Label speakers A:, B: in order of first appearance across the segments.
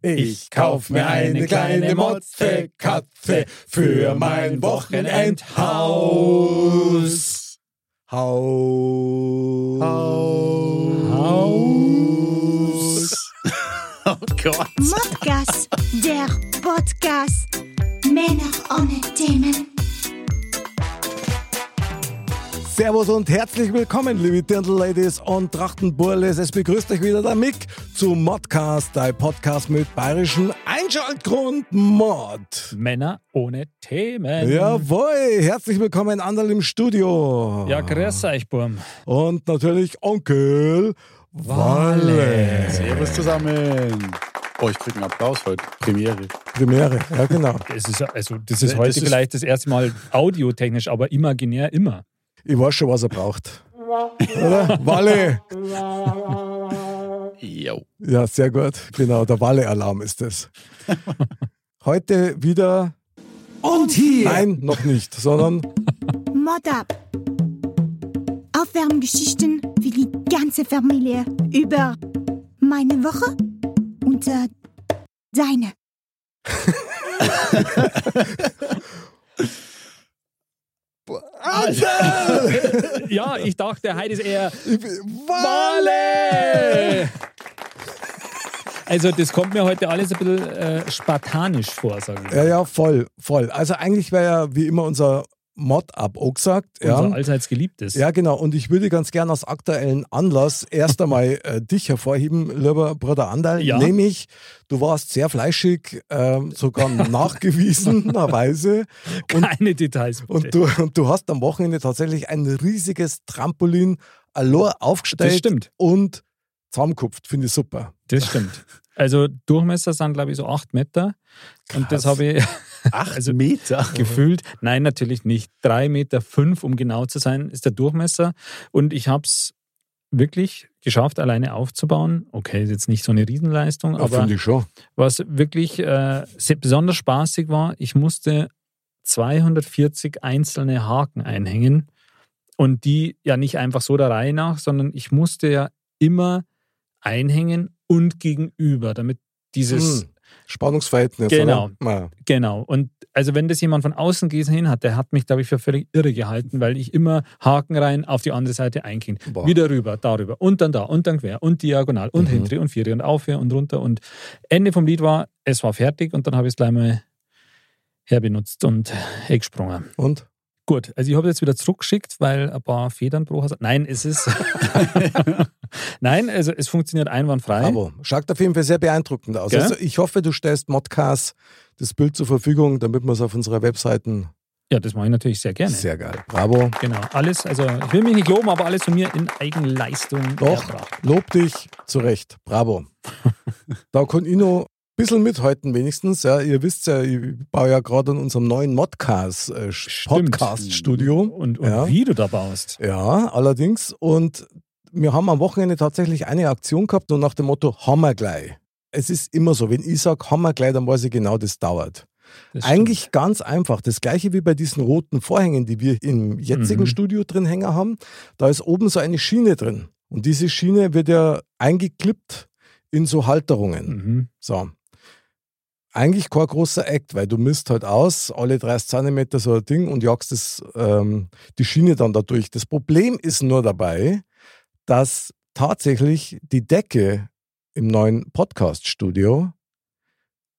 A: Ich kauf mir eine kleine Motzekatze für mein Wochenendhaus. Haus. Haus.
B: Oh Gott.
C: Modcast, der Podcast. Männer ohne Themen.
A: Servus und herzlich willkommen, liebe Dirndl-Ladies und Trachtenburles. Es begrüßt euch wieder der Mick zu Modcast, dein Podcast mit bayerischem Einschaltgrund
B: Mhm.
A: Mod.
B: Männer ohne Themen.
A: Jawohl, herzlich willkommen, Anderl im Studio.
B: Ja, grüß euch, Burm.
A: Und natürlich Onkel Walle.
D: Servus zusammen. Oh, ich krieg einen Applaus heute. Premiere.
A: Premiere, ja genau.
B: Das ist, ja- also, das ist heute
D: ist-
B: vielleicht das erste Mal audiotechnisch, aber imaginär immer.
A: Ich weiß schon, was er braucht. Oder? Walle.
D: Yo.
A: Ja, sehr gut. Genau, der Walle-Alarm ist es. Heute wieder. Und hier! Nein, noch nicht, sondern
C: Mod ab. Aufwärmgeschichten für die ganze Familie über meine Woche und äh, deine.
B: Ja, ich dachte, heute ist eher
A: Walle!
B: Also, das kommt mir heute alles ein bisschen äh, spartanisch vor, sage ich.
A: Ja, ja, voll, voll. Also eigentlich wäre ja wie immer unser Mod-Up auch gesagt. Ja.
B: Unser allseits geliebtes.
A: Ja, genau. Und ich würde ganz gern aus aktuellen Anlass erst einmal äh, dich hervorheben, lieber Bruder Andal.
B: Ja.
A: Nämlich, du warst sehr fleischig, ähm, sogar nachgewiesenerweise.
B: Keine Details. Bitte.
A: Und du, und du hast am Wochenende tatsächlich ein riesiges Trampolin allein aufgestellt
B: Das stimmt.
A: und zusammengekupft. Finde ich super.
B: Das stimmt. Also, Durchmesser sind, glaube ich, so acht Meter. Und das habe ich
D: Acht
B: Also-
D: Meter.
B: gefühlt. Nein, natürlich nicht. Drei Meter fünf, um genau zu sein, ist der Durchmesser. Und ich habe es wirklich geschafft, alleine aufzubauen. Okay, ist jetzt nicht so eine Riesenleistung, aber
A: Finde ich schon.
B: was wirklich äh, sehr besonders spaßig war, ich musste 240 einzelne Haken einhängen und die ja nicht einfach so der Reihe nach, sondern ich musste ja immer einhängen und gegenüber, damit dieses
A: Hm. Spannungsverhältnis.
B: Genau.
A: Oder? Ja.
B: Genau. Und also wenn das jemand von außen gesehen hat, der hat mich, glaube ich, für völlig irre gehalten, weil ich immer Haken rein auf die andere Seite einging.
A: Boah.
B: Wieder rüber, darüber und dann da und dann quer und diagonal und
A: Mhm.
B: hintere und vierte und aufher und runter. Und Ende vom Lied war, es war fertig und dann habe ich es gleich mal herbenutzt und hergesprungen.
A: Und?
B: Gut, also ich habe jetzt wieder zurückgeschickt, weil ein paar Federn pro Hasard- Nein, es ist. Nein, also es funktioniert einwandfrei.
A: Aber schaut auf jeden Fall sehr beeindruckend aus.
B: Gell?
A: Also ich hoffe, du stellst Modcast das Bild zur Verfügung, damit wir es auf unserer Webseiten.
B: Ja, das mache ich natürlich sehr gerne.
A: Sehr geil. Bravo.
B: Genau, alles, also ich will mich nicht loben, aber alles von mir in Eigenleistung.
A: Doch,
B: erbracht.
A: lob dich zurecht. Bravo. da kann ich noch ein bisschen mithalten wenigstens. Ja, ihr wisst ja, ich baue ja gerade an unserem neuen Modcast äh,
B: Stimmt.
A: Podcast-Studio.
B: Und, und
A: Ja.
B: wie du da baust.
A: Ja, allerdings. Und wir haben am Wochenende tatsächlich eine Aktion gehabt und nach dem Motto, haben wir gleich. Es ist immer so, wenn ich sage, haben wir gleich, dann weiß ich genau, das dauert.
B: Das
A: Eigentlich ganz einfach. Das gleiche wie bei diesen roten Vorhängen, die wir im jetzigen
B: Mhm.
A: Studio drin hängen haben. Da ist oben so eine Schiene drin. Und diese Schiene wird ja eingeklippt in so Halterungen.
B: stimmt. Mhm.
A: So. Eigentlich kein großer Act, weil du misst halt aus, alle 30 Zentimeter so ein Ding und jagst das, ähm, die Schiene dann da durch. Das Problem ist nur dabei, dass tatsächlich die Decke im neuen Podcast-Studio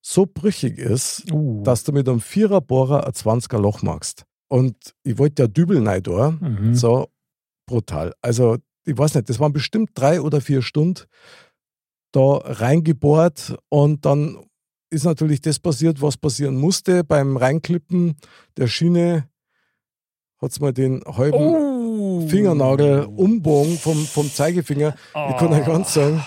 A: so brüchig ist,
B: Uh.
A: dass du mit einem Viererbohrer ein 20er Loch machst. Und ich wollte ja Dübel rein da.
B: Mhm.
A: So brutal. Also, ich weiß nicht, das waren bestimmt drei oder vier Stunden da reingebohrt und dann ist natürlich das passiert, was passieren musste. Beim Reinklippen der Schiene hat es mal den halben
B: Oh.
A: Fingernagel umbogen vom, vom Zeigefinger. Ich kann euch ganz sagen,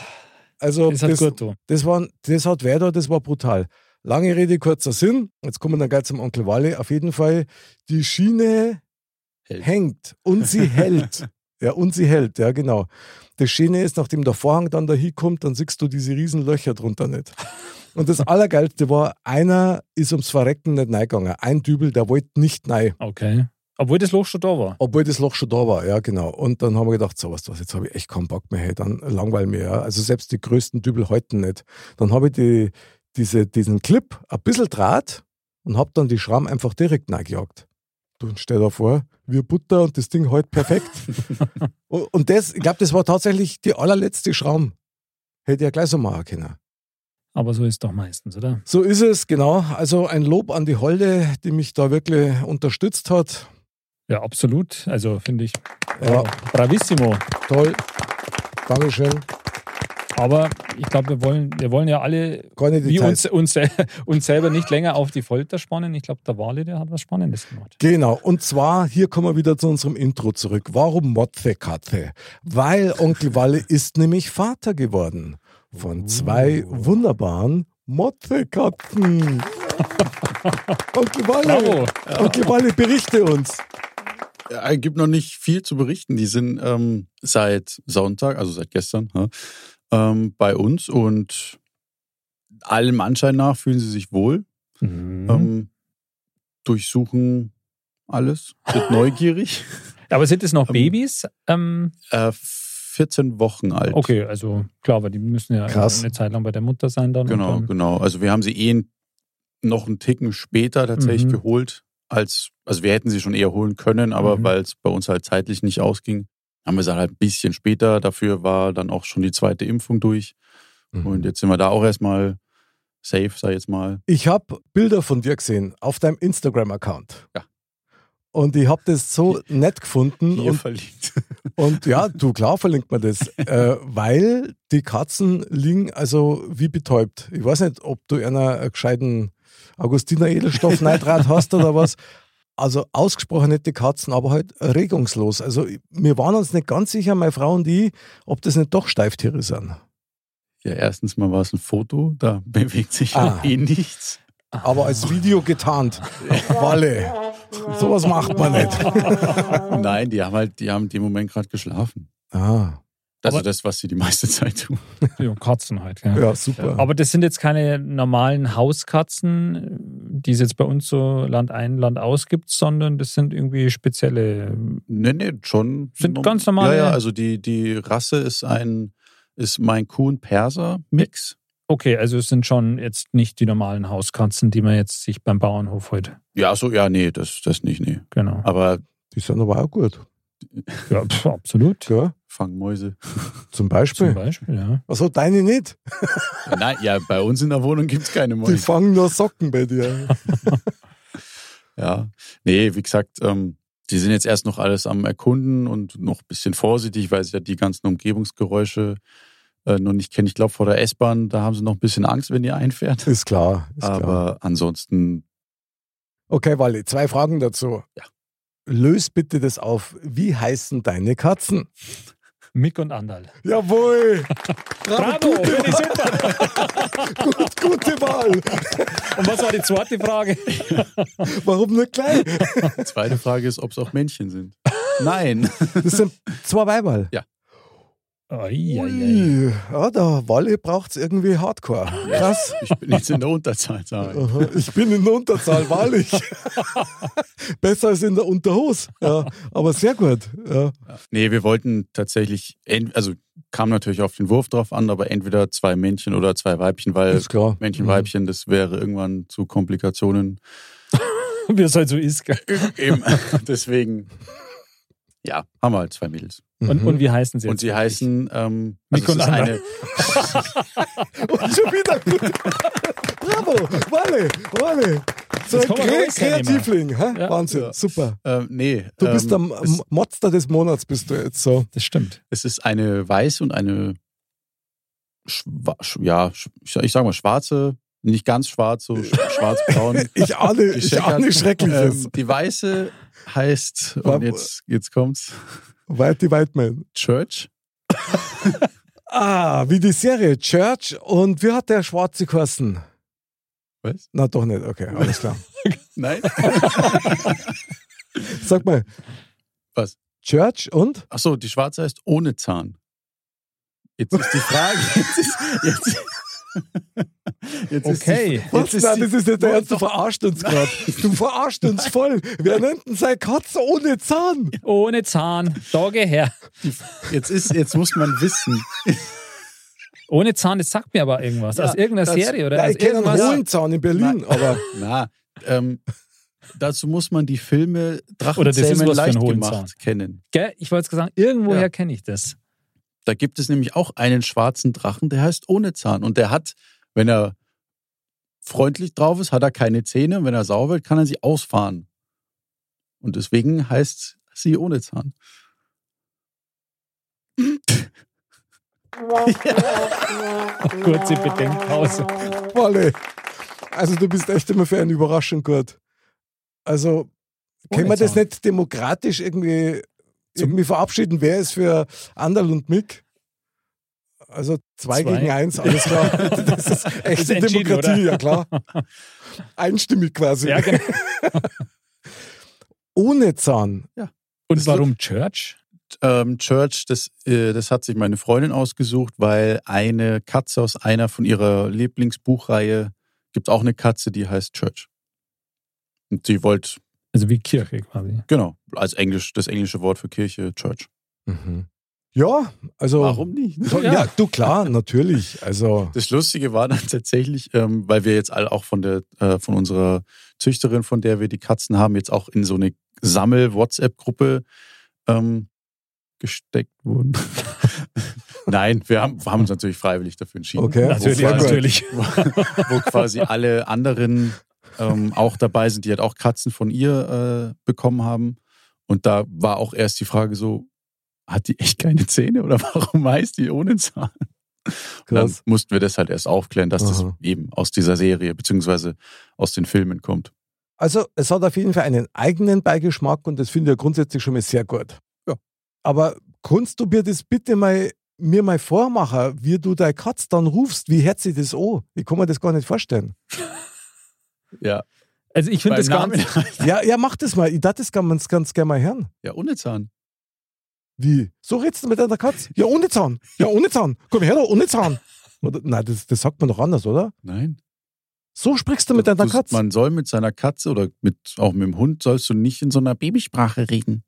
A: Also
B: Ah. Das hat
A: das,
B: gut getan.
A: das, waren, das hat Werder, das war brutal. Lange Rede, kurzer Sinn. Jetzt kommen wir dann gleich zum Onkel Walle. Auf jeden Fall, die Schiene
D: Hält.
A: hängt und sie hält. Ja, und sie hält, ja, genau. Das Schöne ist, nachdem der Vorhang dann da hinkommt, dann siehst du diese riesen Löcher drunter nicht. Und das Allergeilste war, einer ist ums Verrecken nicht reingegangen. Ein Dübel, der wollte nicht rein.
B: Okay. Obwohl das Loch schon da war.
A: Obwohl das Loch schon da war, ja, genau. Und dann haben wir gedacht, so was, was jetzt habe ich echt keinen Bock mehr, hey, dann langweil mir, ja. Also selbst die größten Dübel halten nicht. Dann habe ich die, diese, diesen Clip ein bisschen Draht und habe dann die Schramm einfach direkt nachgejagt. Du und stell dir vor, wir Butter und das Ding halt perfekt. und, und das, ich glaube, das war tatsächlich die allerletzte Schramm. Hätte ja gleich so machen können.
B: Aber so ist doch meistens, oder?
A: So ist es, genau. Also ein Lob an die Holde, die mich da wirklich unterstützt hat.
B: Ja, absolut. Also finde ich
A: Ja,
B: äh, bravissimo.
A: toll. Dankeschön.
B: Aber ich glaube, wir wollen, wir wollen ja alle
A: Keine Details.
B: wie uns, uns, sel- uns selber nicht länger auf die Folter spannen. Ich glaube, der Wale, der hat was Spannendes gemacht.
A: Genau, und zwar, hier kommen wir wieder zu unserem Intro zurück. Warum Motze Katze? Weil Onkel Walle ist nämlich Vater geworden von zwei wunderbaren Motzekatzen. Onkel Walle,
B: Bravo.
A: Onkel Walle, berichte uns.
D: Äh, gibt noch nicht viel zu berichten. Die sind ähm, seit Sonntag, also seit gestern, hä, ähm, bei uns und allem Anschein nach fühlen sie sich wohl. Ähm, durchsuchen alles, sind neugierig.
B: Aber sind es noch
D: ähm,
B: Babys? Ähm,
D: Äh, 14 Wochen alt.
B: okay, also klar, weil die müssen ja
A: Krass.
B: eine Zeit lang bei der Mutter sein dann. und
D: Genau,
B: dann
D: genau. Also wir haben sie eh noch einen Ticken später tatsächlich
B: Mhm.
D: geholt, als, also wir hätten sie schon eher holen können, aber
B: Mhm.
D: weil es bei uns halt zeitlich nicht ausging, haben wir sie halt ein bisschen später. Dafür war dann auch schon die zweite Impfung durch.
B: Mhm.
D: Und jetzt sind wir da auch erstmal safe, sei jetzt mal.
A: Ich habe Bilder von dir gesehen auf deinem Instagram-Account.
D: Ja.
A: Und ich habe das so nett gefunden
D: Hier
A: und
D: verliebt.
A: Und ja, du, klar verlinkt man das, äh, weil die Katzen liegen also wie betäubt. Ich weiß nicht, ob du einer einen gescheiten Augustiner Edelstoffneitrat hast oder was. Also ausgesprochen nette Katzen, aber halt regungslos. Also wir waren uns nicht ganz sicher, meine Frau und ich, ob das nicht doch Steiftiere sind.
D: Ja, erstens mal war es ein Foto, da bewegt sich
A: Ah.
D: eh nichts.
A: Aber als Video getarnt. Walle, sowas macht man nicht.
D: Nein, die haben halt, die haben in dem Moment gerade geschlafen.
A: Ah,
D: Also
B: Aber-
D: das, was sie die meiste Zeit tun.
B: Ja, Katzen halt. Ja.
A: ja, super.
B: Aber das sind jetzt keine normalen Hauskatzen, die es jetzt bei uns so Land ein, Land aus gibt, sondern das sind irgendwie spezielle.
D: Nee, nee, Ne, schon.
B: Sind ganz normale-
D: Ja, ja, also die, die Rasse ist ein, ist mein Kuhn-Perser-Mix.
B: Okay, also es sind schon jetzt nicht die normalen Hauskatzen, die man jetzt sich beim Bauernhof holt.
D: Ja, so, ja, nee, das, das nicht, nee.
B: Genau.
D: Aber
A: die sind aber auch gut.
B: Ja, pf, absolut.
A: Gell?
D: Fangmäuse.
A: Zum
B: Zum
A: Beispiel.
B: Beispiel, ja.
A: Achso, deine nicht.
D: Nein, ja, bei uns in der Wohnung gibt es keine
A: Die
D: Mäuse.
A: fangen nur Socken bei dir.
D: Ja. Nee, wie gesagt, ähm, die sind jetzt erst noch alles am Erkunden und noch ein bisschen vorsichtig, weil sie ja die ganzen Umgebungsgeräusche äh, noch nicht kennen. Ich glaube, vor der S-Bahn, da haben sie noch ein bisschen Angst, wenn die einfährt.
A: Ist klar. Ist klar.
D: Aber ansonsten,
A: Okay, Wally, zwei Fragen dazu.
D: Ja.
A: Löse bitte das auf. Wie heißen deine Katzen?
B: Mick und Andal.
A: Jawohl!
B: Bravo,
A: gute,
B: finde ich super.
A: gut, gute Wahl!
B: Und was war die zweite Frage?
A: Warum nur klein?
D: zweite Frage ist, ob es auch Männchen sind. Nein.
A: Das sind zwei Weiberl.
B: Ui, ui, ui.
A: Ui, ja, der Walle braucht es irgendwie hardcore. Krass.
D: Ich bin jetzt in der Unterzahl. Sag ich.
A: Aha, Ich bin in der Unterzahl, wahrlich. Besser als in der Unterhose. Ja, aber sehr gut. Ja.
D: Nee, wir wollten tatsächlich, ent- also kam natürlich auf den Wurf drauf an, aber entweder zwei Männchen oder zwei Weibchen, weil
A: Ist klar.
D: Männchen,
A: Mhm.
D: Weibchen, das wäre irgendwann zu Komplikationen.
B: Wie es halt so ist. Gell?
D: Eben. Deswegen, ja, haben wir halt zwei Mädels.
B: Und, Mhm. und wie heißen sie jetzt?
D: Und sie heißen, ähm,
B: Nico
D: also es ist
B: und Anna.
D: eine,
A: Und schon wieder gut. Bravo, Walle, Walle. So ein
B: Das kann man
A: Kre
B: ruhig sein, immer.
A: Kreativling. hä?
B: Ja.
A: Wahnsinn,
D: Ja.
A: super.
D: ähm, nee.
A: Du bist der
D: ähm, es,
A: M- Monster des Monats, bist du jetzt so.
B: Das stimmt.
D: es ist eine weiße und eine, schwa, sch- ja, sch- ich sag- ich sag mal schwarze, nicht ganz schwarz, so sch- schwarz-braun.
A: Ich ahne, ich
D: Geschenk
A: ahne
D: hat.
A: Schreckliches.
D: Ähm, die weiße heißt,
A: War-
D: und jetzt, jetzt kommt's,
A: Whitey Whiteman.
D: Church.
A: Ah, wie die Serie Church. Und wie hat der Schwarze geheißen?
D: Was?
A: Na doch nicht, okay, alles klar.
D: Nein?
A: Sag mal.
D: Was?
A: Church und?
D: Achso, die Schwarze heißt ohne Zahn. Jetzt ist die Frage. Jetzt ist, jetzt, jetzt
B: Okay.
D: Ist die,
A: Was?
D: jetzt ist
A: Nein,
D: die,
A: das ist nicht der
D: Doch,
A: Ernst, du
D: doch.
A: verarscht uns gerade. Du verarscht uns voll. Wer nennt denn seine Katze ohne Zahn?
B: Ohne Zahn. Da geh her.
D: jetzt ist, jetzt muss man wissen.
B: Ohne Zahn, das sagt mir aber irgendwas.
D: Ja,
B: aus irgendeiner
D: das-
B: Serie oder
A: Ja,
B: aus
A: ich kenne einen
B: irgendwas.
A: hohen Zahn in Berlin,
D: Nein.
A: aber
D: Na, ähm, dazu muss man die
B: Oder
D: Filme
B: das ist
D: Drachenzähmen
B: was für ein
D: leicht
B: hohen
D: gemacht
B: Zahn.
D: kennen.
B: Gell? Ich wollte es sagen, irgendwoher
D: Ja.
B: kenne ich das.
D: Da gibt es nämlich auch einen schwarzen Drachen, der heißt ohne Zahn. Und der hat, wenn er freundlich drauf ist, hat er keine Zähne. Und wenn er sauer wird, kann er sie ausfahren. Und deswegen heißt sie ohne Zahn.
B: Oh Kurze Bedenkpause.
A: Wolle. Also du bist echt immer für einen überraschend gut. Also können wir das
D: Zahn.
A: nicht demokratisch irgendwie, irgendwie verabschieden? Wer ist für Anderl und Mick? Also zwei,
B: Zwei.
A: gegen eins, alles klar. Das ist
B: Ist
A: echte
B: entschieden,
A: Demokratie,
B: oder?
A: ja klar. Einstimmig quasi.
B: Ja, genau.
A: Ohne Zahn.
B: Und warum Church?
D: ähm, Church, das, äh, das hat sich meine Freundin ausgesucht, weil eine Katze aus einer von ihrer Lieblingsbuchreihe gibt auch eine Katze, die heißt Church. Und sie wollte,
B: Also wie Kirche quasi.
D: genau, als Englisch, das englische Wort für Kirche, Church.
A: Ja, also.
D: Warum nicht?
A: Ja, ja, du klar, natürlich. Also.
D: Das Lustige war dann tatsächlich, ähm, weil wir jetzt alle auch von der, äh, von unserer Züchterin, von der wir die Katzen haben, jetzt auch in so eine Sammel-WhatsApp-Gruppe ähm, gesteckt wurden. Nein, wir haben, haben uns natürlich freiwillig dafür entschieden.
A: Okay.
B: Natürlich,
D: Wo quasi,
B: natürlich.
D: Wo, wo quasi alle anderen ähm, auch dabei sind, die halt auch Katzen von ihr äh, bekommen haben. Und da war auch erst die Frage so, hat die echt keine Zähne oder warum heißt die ohne Zahn? Und dann
A: Krass.
D: mussten wir das halt erst aufklären, dass
A: Aha.
D: das eben aus dieser Serie beziehungsweise aus den Filmen kommt.
A: Also, es hat auf jeden Fall einen eigenen Beigeschmack und das finde ich ja grundsätzlich schon mal sehr gut.
D: Ja.
A: Aber kannst du mir das bitte mal, mir mal vormachen, wie du deine Katz dann rufst? Wie hört sie das an? Ich kann mir das gar nicht vorstellen.
D: Ja,
B: Also ich finde
D: beim
B: das
D: Namen
B: ganz.
D: heißt-
A: Ja, ja, mach das mal. Ich dachte, das kann man ganz gerne mal hören.
D: ja ohne Zahn.
A: Wie? So redest du mit deiner Katz? Ja, ohne Zahn. Ja, ohne Zahn. Komm her, da, ohne Zahn. Oder, nein, das, das sagt man doch anders, oder?
D: Nein. Also
A: So sprichst du mit deiner
D: Du-
A: Katz.
D: Man soll mit seiner Katze oder mit, auch mit dem Hund sollst du nicht in so einer Babysprache reden.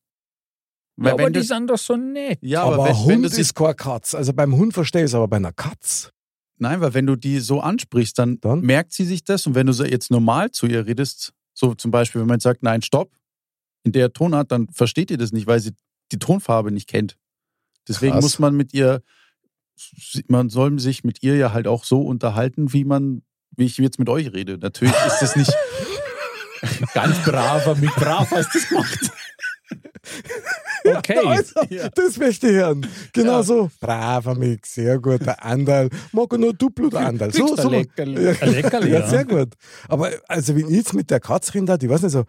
D: Weil
B: aber
D: wenn
B: die
D: das-
B: sind doch so nett.
D: ja,
A: aber
D: aber wenn,
A: Hund
D: wenn du sich,
A: ist keine Katz. Also beim Hund verstehe ich es, aber bei einer Katz.
D: nein, weil wenn du die so ansprichst, dann,
A: Dann?
D: merkt sie sich das und wenn du so jetzt normal zu ihr redest, so zum Beispiel, wenn man sagt, nein, stopp, in der Tonart, dann versteht ihr das nicht, weil sie die Tonfarbe nicht kennt. Deswegen
A: Krass.
D: muss man mit ihr, man soll sich mit ihr ja halt auch so unterhalten, wie man, wie ich jetzt mit euch rede. Natürlich ist das nicht ganz braver, mit brav, was das macht.
B: Okay.
A: Also,
D: Ja.
A: Das möchte ich hören. Genau
D: Ja.
A: so. Braver Mix, sehr gut. Der Anderl. Mag er nur Duplo, der Anderl. So,
D: Kriegst du
A: so.
D: Leckerli.
A: Ja.
B: Ein Leckerli,
A: ja,
B: ja.
A: sehr gut. Aber also, wenn ich jetzt mit der Katz reden darf, ich weiß nicht so,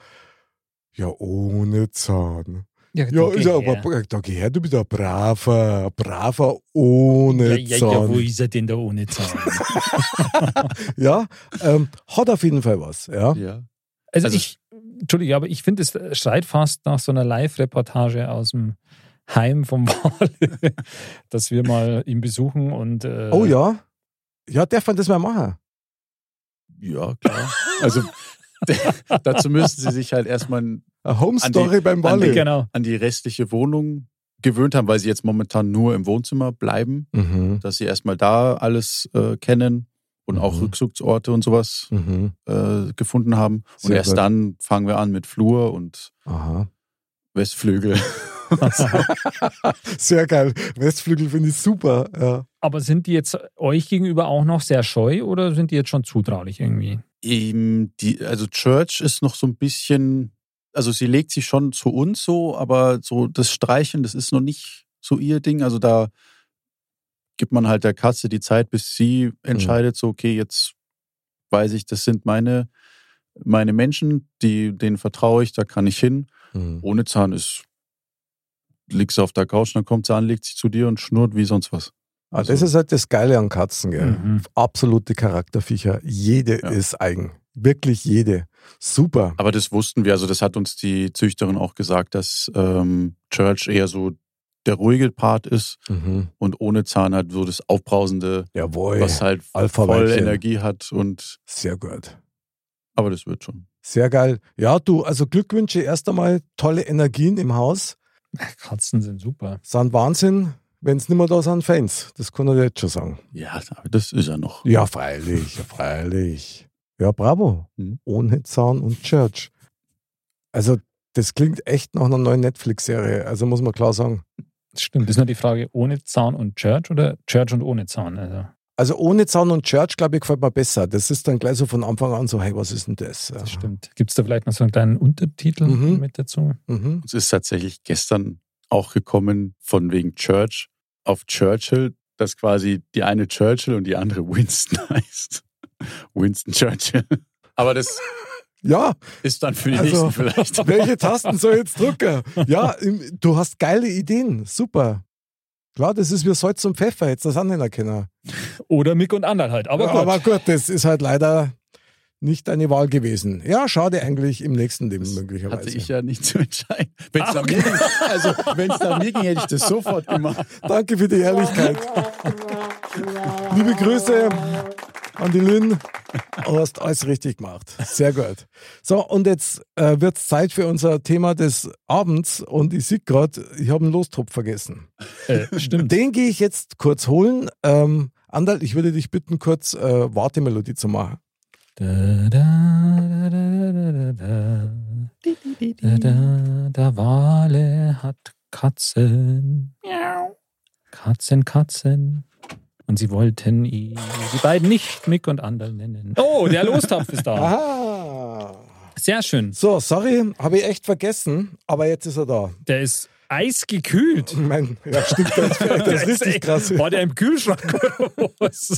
A: ja, ohne Zahn. Ja,
B: da
A: ist
B: geh
A: ja, aber
B: her.
A: da geh her, du bist ein braver, braver ohne
B: ja, ja, ja, wo
A: Zahn.
B: ist er denn da ohne Zahn?
A: Ja, ähm, hat auf jeden Fall was. Ja.
D: Ja.
B: Also,
D: Also-
B: ich, Entschuldige, aber ich finde, es schreit fast nach so einer Live-Reportage aus dem Heim vom Wal, dass wir mal ihn besuchen und. Äh,
A: Oh ja. Ja, darf man das mal machen?
D: ja, klar. Also dazu müssen sie sich halt erstmal ein
A: Eine Home
D: An die-
A: Story beim
D: an die-
A: Walle.
B: Genau.
D: an die restliche Wohnung gewöhnt haben, weil sie jetzt momentan nur im Wohnzimmer bleiben,
A: Mhm.
D: dass sie erstmal da alles äh, kennen und auch
A: Mhm.
D: Rückzugsorte und sowas
A: Mhm.
D: äh, gefunden haben. Und
A: Sehr
D: erst
A: gut.
D: dann fangen wir an mit Flur und
A: Aha.
D: Westflügel.
A: Sehr geil. Westflügel finde ich super. Ja.
B: Aber sind die jetzt euch gegenüber auch noch sehr scheu oder sind die jetzt schon zutraulich irgendwie?
D: Eben die, also Church ist noch so ein bisschen, also sie legt sich schon zu uns so, aber so das Streichen, das ist noch nicht so ihr Ding. Also da gibt man halt der Katze die Zeit, bis sie entscheidet, so, okay, jetzt weiß ich, das sind meine, meine Menschen, die, denen vertraue ich, da kann ich hin. Ohne Zahn ist, liegst du auf der Couch, dann kommt sie an, legt sich zu dir und schnurrt wie sonst was.
A: Ah, das ist halt das Geile an Katzen, gell?
B: Mhm.
A: Absolute Charakterviecher. Jede
D: Ja.
A: ist eigen. Wirklich jede. Super.
D: Aber das wussten wir, also das hat uns die Züchterin auch gesagt, dass ähm, Church eher so der ruhige Part ist
A: Mhm.
D: und ohne Zahn halt so das Aufbrausende,
A: Jawohl.
D: was halt voll
A: Alpha-Weibchen.
D: Energie hat und
A: Sehr gut.
D: aber das wird schon.
A: Sehr geil. Ja, du, also Glückwünsche erst einmal. Tolle Energien im Haus.
B: Katzen sind super.
A: Sind Wahnsinn, wenn es nicht mehr da sind, Fans. Das kann ich dir jetzt schon sagen.
D: Ja, aber das ist er noch.
A: Ja, freilich, ja, freilich. Ja, bravo.
D: Mhm.
A: Ohne Zahn und Church. Also, das klingt echt nach einer neuen Netflix-Serie. Also, muss man klar sagen.
B: Stimmt, ist nur die Frage ohne Zaun und Church oder Church und ohne Zaun. Also,
A: Also, ohne Zahn und Church, glaube ich, gefällt mir besser. Das ist dann gleich so von Anfang an so, hey, was ist denn das?
B: das stimmt. Gibt es da vielleicht noch so einen kleinen Untertitel
A: Mhm.
B: mit dazu?
A: Mhm.
D: Uns ist tatsächlich gestern auch gekommen von wegen Church auf Churchill, dass quasi die eine Churchill und die andere Winston heißt. Winston Churchill. Aber das
A: Ja,
D: ist dann für die
A: Also-
D: nächsten vielleicht.
A: welche Tasten soll ich jetzt drücken? Ja, im, du hast geile Ideen. Super. Klar, das ist wie Salz und Pfeffer, jetzt das anderen erkennen.
B: Oder Mick und Anderl halt. Aber
A: Ja,
B: gut.
A: aber gut, das ist halt leider nicht deine Wahl gewesen. Ja, schade eigentlich im nächsten Leben möglicherweise.
D: Hatte ich ja nicht zu entscheiden. Wenn
B: Ah,
D: es nach, mir ging- also, wenn's nach mir ging, hätte ich das sofort gemacht.
A: Danke für die Ehrlichkeit. Liebe Grüße an die Lynn. Du hast alles richtig gemacht. Sehr gut. So, und jetzt äh, wird es Zeit für unser Thema des Abends. Und ich sehe gerade, ich habe einen Lostopf vergessen.
B: äh, stimmt.
A: Den gehe ich jetzt kurz holen. Ähm, Anderl, ich würde dich bitten, kurz äh, Wartemelodie zu machen.
B: Da, da, da, da, da, da. Da, da, da Wale hat Katzen. Katzen, Katzen. Und sie wollten ihn, die beiden nicht Mick und Anderl nennen. Oh, der Lostopf ist da.
A: Ah.
B: Sehr schön.
A: So, sorry, habe ich echt vergessen, aber jetzt ist er da.
B: Der ist eisgekühlt.
A: Ich mein, ja, stimmt, das, das ist richtig
B: echt-
A: krass.
B: War der im Kühlschrank groß?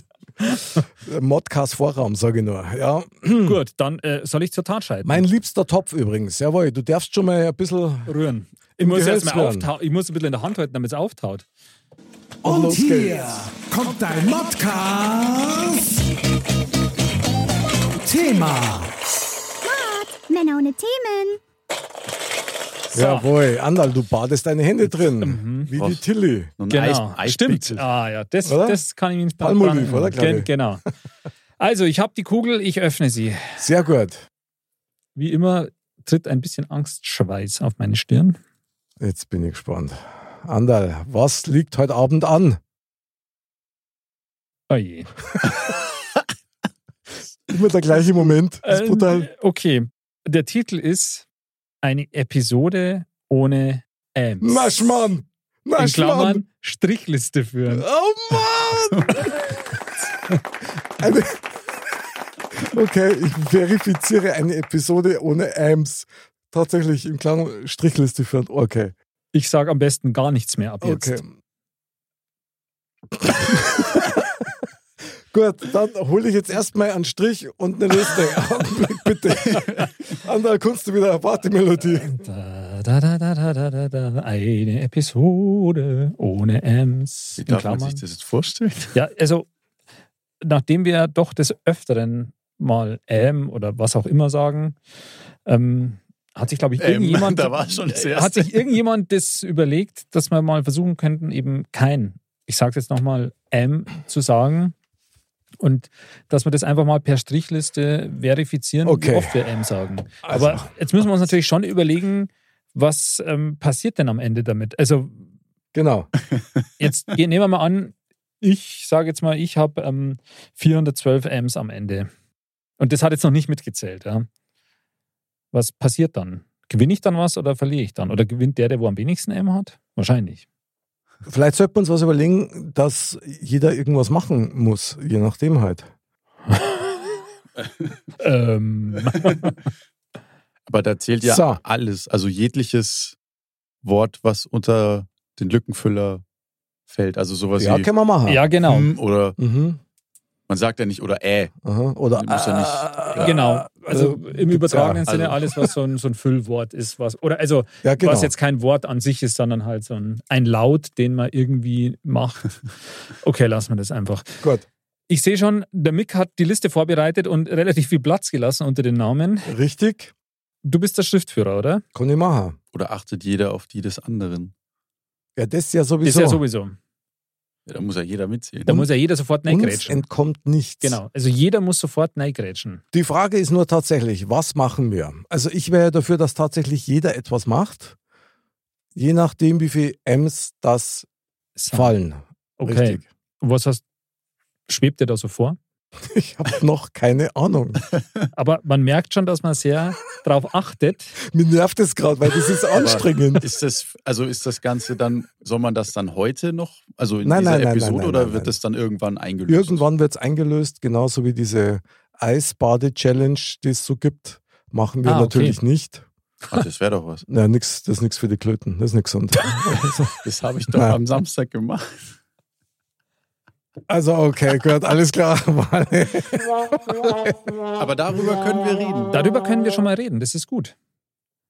A: Modcast Vorraum, sage ich nur. Ja.
B: Gut, dann äh, soll ich zur Tat schreiten.
A: Mein liebster Topf übrigens, jawohl, du darfst schon mal ein bisschen.
B: Rühren. Ich muss,
A: Um Gehölz
B: erst mal
A: rühren.
B: auftau- ich muss ein bisschen in der Hand halten, damit es auftaut.
A: Und los
E: hier
A: geht's.
E: kommt dein Modcast-Thema.
C: Männer ohne Themen.
A: Jawohl, Andal, du badest deine Hände drin. Wie die
D: Was?
A: Tilly.
D: Nun,
B: Genau,
D: Eis- Eis-
B: stimmt. Ah ja, das,
A: Oder?
B: das kann ich mir nicht
A: Palmolive,
B: branden.
A: oder, glaub ich?
B: Gen- Genau. Also, ich habe die Kugel, ich öffne sie.
A: Sehr gut.
B: Wie immer tritt ein bisschen Angstschweiß auf meine Stirn.
A: Jetzt bin ich gespannt. Andal, was liegt heute Abend an?
B: Oh je.
A: Immer der gleiche Moment. Das ist
B: Ähm,
A: brutal.
B: Okay, der Titel ist Eine Episode ohne Ms.
A: Naschmann!
B: In
A: Naschmann!
B: Klammern Strichliste führen.
A: Oh Mann! eine Also, okay, ich verifiziere eine Episode ohne Ams. Tatsächlich im Klang Strichliste führen. Okay.
B: Ich sage am besten gar nichts mehr ab jetzt.
A: Okay. Gut, dann hole ich jetzt erstmal einen Strich und eine Liste. Augenblick, bitte. Ander, kommst du wieder eine Partymelodie?
B: Da, da, da, da, da, da, da, da. Eine Episode ohne Ms.
D: Wie
B: In
D: darf man
B: Klammern.
D: sich das jetzt vorstellen?
B: Ja, also nachdem wir doch des Öfteren mal ähm oder was auch immer sagen, ähm, hat sich, glaube ich,
D: Ähm,
B: irgendjemand,
D: da war schon das
B: äh,
D: Erste.
B: hat sich irgendjemand das überlegt, dass wir mal versuchen könnten, eben kein, ich sage jetzt nochmal, ähm zu sagen. Und dass wir das einfach mal per Strichliste verifizieren,
A: Okay.
B: wie oft wir ähm sagen.
A: Also.
B: Aber jetzt müssen wir uns natürlich schon überlegen, was ähm, passiert denn am Ende damit? Also
A: Genau.
B: Jetzt gehen- nehmen wir mal an, ich sage jetzt mal, ich habe ähm, 412 Ms am Ende. Und das hat jetzt noch nicht mitgezählt. Ja. Was passiert dann? Gewinne ich dann was oder verliere ich dann? Oder gewinnt der, der wo am wenigsten M hat? Wahrscheinlich.
A: Vielleicht sollten wir uns was überlegen, dass jeder irgendwas machen muss, je nachdem halt.
B: Ähm,
D: Aber da zählt ja
A: So.
D: alles, also jegliches Wort, was unter den Lückenfüller fällt. Also sowas
A: Ja,
D: wie
A: können wir machen.
B: ja, genau.
D: hm oder
A: Mhm.
D: man sagt ja nicht oder äh.
A: Aha. Oder
D: Du musst ja nicht-
A: äh,
B: Genau.
A: Äh,
B: Also im
A: gibt's
B: übertragenen
A: ja.
B: Sinne
D: Also-
B: alles, was so ein, so ein Füllwort ist, was oder also
A: Ja, genau.
B: was jetzt kein Wort an sich ist, sondern halt so ein, ein Laut, den man irgendwie macht. Okay, lassen wir das einfach.
A: Gut,
B: Ich sehe schon, der Mick hat die Liste vorbereitet und relativ viel Platz gelassen unter den Namen.
A: richtig.
B: Du bist der Schriftführer, oder?
A: Kann ich machen.
D: Oder achtet jeder auf die des anderen?
A: Ja, das ja sowieso.
B: Ist ja sowieso.
D: Ja, da muss ja jeder mitzählen.
B: Da muss ja jeder sofort
A: Uns
B: neigrätschen.
A: entkommt nichts.
B: Genau. Also jeder muss sofort neigrätschen.
A: Die Frage ist nur tatsächlich, was machen wir? Also ich wäre ja dafür, dass tatsächlich jeder etwas macht, je nachdem, wie viel M's das fallen.
B: Okay.
A: Richtig.
B: Und Was hast, schwebt dir da so vor?
A: Ich habe noch keine Ahnung.
B: Aber man merkt schon, dass man sehr darauf achtet.
A: Mir nervt es gerade, weil das ist anstrengend.
D: Ist das, also ist das Ganze dann, soll man das dann heute noch, also in
A: Nein,
D: dieser
A: nein, nein,
D: Episode,
A: nein, nein,
D: oder
A: nein,
D: wird
A: nein.
D: das dann irgendwann eingelöst?
A: Irgendwann wird es eingelöst, genauso wie diese Eisbade-Challenge, die es so gibt, machen wir
B: Ah, okay.
A: natürlich nicht.
D: Ah, das wäre doch was.
A: Ja, nix, das ist nichts für die Klöten, das ist nichts gesund.
D: Das habe ich doch
A: Ja.
D: am Samstag gemacht.
A: Also okay, gut, alles klar. Vale.
D: Aber darüber können wir reden.
B: Darüber können wir schon mal reden. Das ist gut.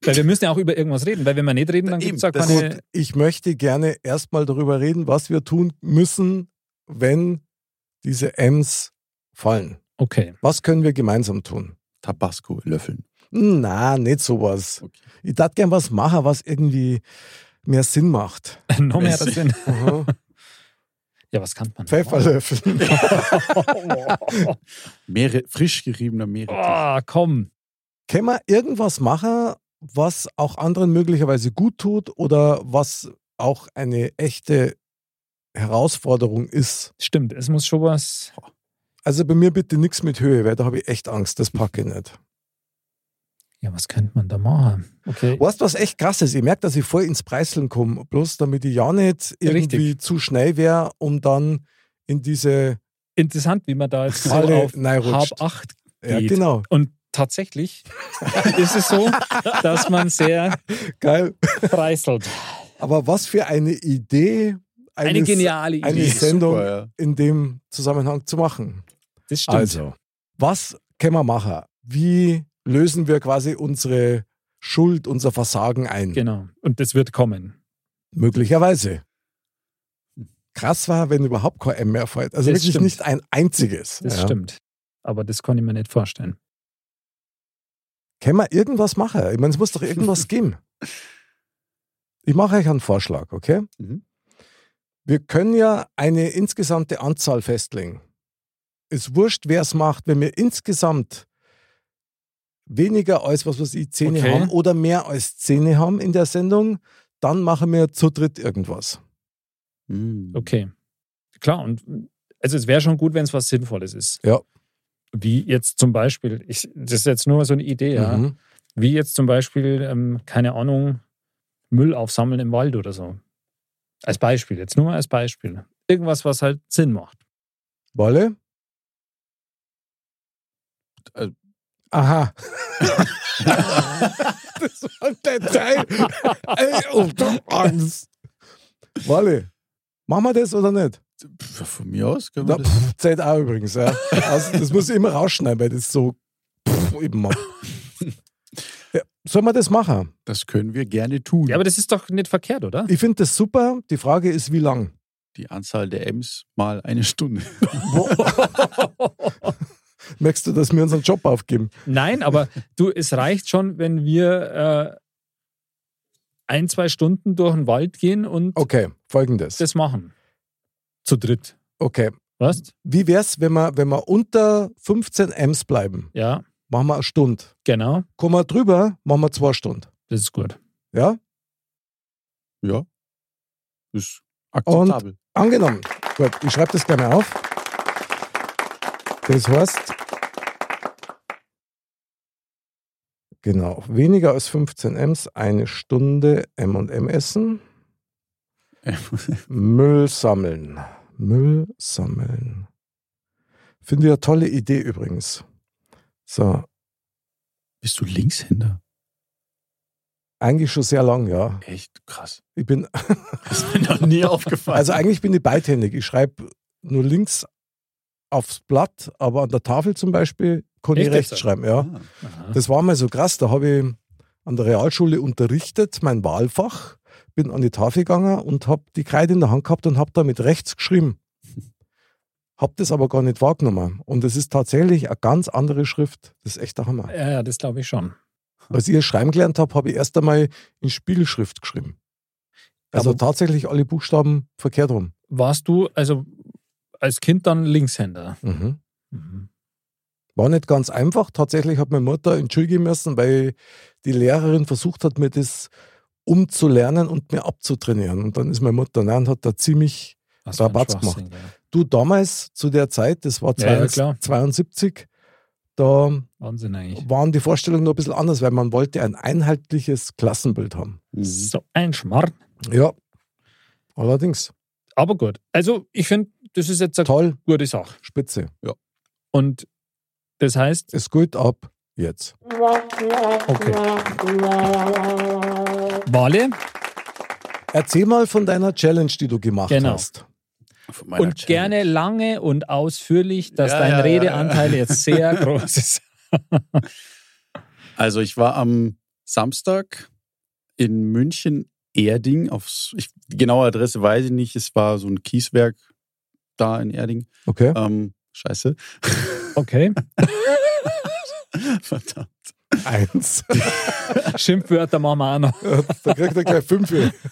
B: Weil wir müssen ja auch über irgendwas reden. Weil wenn wir nicht reden, dann gibt
D: Eben,
B: es auch
D: das-
B: keine.
A: Ich möchte gerne erstmal darüber reden, was wir tun müssen, wenn diese M's fallen.
B: Okay.
A: Was können wir gemeinsam tun?
D: Tabasco löffeln.
A: Na, nicht sowas.
D: Okay.
A: Ich darf gern was machen, was irgendwie mehr Sinn macht.
B: Noch mehr das Sinn.
A: Mhm.
B: Ja, was kann man?
A: Pfefferlöffeln.
D: Meere, frisch geriebener Meere.
B: Oh, komm.
A: Kann man irgendwas machen, was auch anderen möglicherweise gut tut oder was auch eine echte Herausforderung ist?
B: Stimmt, es muss schon was.
A: Also bei mir bitte nichts mit Höhe, weil da habe ich echt Angst,
B: Mhm.
A: das packe ich nicht.
B: Ja, was könnte man da machen? Okay.
A: Weißt du, was echt krass ist? Ich merke, dass ich voll ins Preiseln komme, bloß damit ich ja nicht irgendwie
B: Richtig.
A: zu schnell wäre, um dann in diese...
B: Interessant, wie man da jetzt so
A: Alle
B: auf
A: reinrutscht.
B: Hab 8
A: Ja,
B: Geht.
A: genau.
B: Und tatsächlich ist es so, dass man sehr
A: Geil.
B: preiselt.
A: Aber was für eine Idee,
B: Eine
A: eines-
B: geniale Idee.
A: eine Sendung
D: Super,
A: in dem Zusammenhang zu machen.
B: Das stimmt.
A: Also, was können wir machen? Wie lösen wir quasi unsere Schuld, unser Versagen ein?
B: Genau. Und das wird kommen.
A: Möglicherweise. Krass war, wenn überhaupt kein M mehr fällt. Also
B: Hm. Das
A: wirklich
B: stimmt.
A: nicht ein einziges.
B: Das
A: ja.
B: stimmt. Aber das kann ich mir nicht vorstellen.
A: Können wir irgendwas machen? Ich meine, es muss doch irgendwas geben. Ich mache euch einen Vorschlag, okay?
D: Mhm.
A: Wir können ja eine insgesamte Anzahl festlegen. Es wurscht, wer es macht, wenn wir insgesamt weniger als, was weiß ich, Zähne
B: Okay.
A: haben oder mehr als Zähne haben in der Sendung, dann machen wir zu dritt irgendwas.
D: ja. Mm.
B: Okay. Klar, und also es wäre schon gut, wenn es was Sinnvolles ist.
A: Ja.
B: Wie jetzt zum Beispiel, ich, das ist jetzt nur so eine Idee, ja.
A: Mhm.
B: Wie jetzt zum Beispiel, ähm, keine Ahnung, Müll aufsammeln im Wald oder so. Als Beispiel, jetzt nur mal als Beispiel. Irgendwas, was halt Sinn macht.
A: Wolle?
D: Äh.
A: Aha. das war der Teil. Ey, oh, du Angst. Wolle, machen wir das oder nicht?
D: Pff, Von mir aus können
A: Da,
D: wir das.
A: pff, zählt auch übrigens. Ja. Also, das muss ich immer rausschneiden, weil das so pff, eben macht. Ja, soll man das machen?
D: Das können wir gerne tun.
B: Ja, aber das ist doch nicht verkehrt, oder?
A: Ich finde das super. Die Frage ist, wie lang?
D: Die Anzahl der M's mal eine Stunde.
A: Merkst du, dass wir unseren Job aufgeben?
B: Nein, aber du, es reicht schon, wenn wir äh, ein, zwei Stunden durch den Wald gehen und
A: Okay, folgendes.
B: das machen. Zu dritt.
A: Okay.
B: Was?
A: Wie wär's, wenn wir, wenn wir unter 15 M's bleiben?
B: Ja,
A: Machen wir eine Stunde.
B: genau.
A: Kommen wir drüber, machen wir zwei Stunden.
B: Das ist gut.
A: Ja?
D: Ja. Ist akzeptabel.
A: Angenommen. Gut, ich schreibe das gleich mal auf. Das heißt, genau, weniger als 15 Ms, eine Stunde M&M essen, Müll sammeln. Müll sammeln. Finde ich eine tolle Idee übrigens. So,
D: Bist du Linkshänder?
A: eigentlich schon sehr lang, ja.
D: Echt krass.
A: Ich bin,
D: Das ist mir noch nie aufgefallen.
A: also eigentlich bin ich beidhändig. Ich schreibe nur links aufs Blatt, aber an der Tafel zum Beispiel Kann ich
B: Echt jetzt?
A: recht schreiben, ja.
D: Ah.
A: Das war mal so krass. Da habe ich an der Realschule unterrichtet, mein Wahlfach, bin an die Tafel gegangen und habe die Kreide in der Hand gehabt und habe da mit rechts geschrieben. Habe das aber gar nicht wahrgenommen. Und es ist tatsächlich eine ganz andere Schrift. Das ist echt der Hammer.
B: Ja, ja, das glaube ich schon.
A: Als ich schreiben gelernt habe, habe ich erst einmal in Spiegelschrift geschrieben. Also
B: Aber-
A: tatsächlich alle Buchstaben verkehrt rum.
B: Warst du also als Kind dann Linkshänder?
A: Mhm.
B: Mhm.
A: War nicht ganz einfach. Tatsächlich hat meine Mutter entschuldigen müssen, weil die Lehrerin versucht hat, mir das umzulernen und mir abzutrainieren. Und dann ist meine Mutter nein, und hat da ziemlich.
B: Was für ein
A: Rabatz
B: Schwachsinn, ja.
A: Du damals zu der Zeit, das war
B: Ja, ja,
A: 72,
B: klar.
A: da
B: Wahnsinn eigentlich.
A: waren die Vorstellungen noch ein bisschen anders, weil man wollte ein einheitliches Klassenbild haben.
D: Mhm.
B: So ein Schmarrn.
A: Ja. Allerdings.
B: Aber gut. Also ich finde, das ist jetzt eine
A: Toll,
B: gute Sache.
A: spitze.
B: Und das heißt,
A: Es geht ab jetzt.
B: okay. Wale
A: Erzähl mal von deiner Challenge, die du gemacht
B: Genau.
A: hast.
D: Von meiner
B: und
D: Challenge.
B: gerne lange und ausführlich, dass
D: Ja,
B: dein
D: ja, ja,
B: Redeanteil
D: ja.
B: jetzt sehr groß ist.
D: Also ich war am Samstag in München Erding aufs ich, die genaue Adresse weiß ich nicht, es war so ein Kieswerk da in Erding.
A: Okay.
D: Ähm, scheiße.
B: Okay.
D: Verdammt.
A: Eins.
B: Schimpfwörter machen wir auch noch.
A: da kriegt er gleich fünf. hier.
D: Jetzt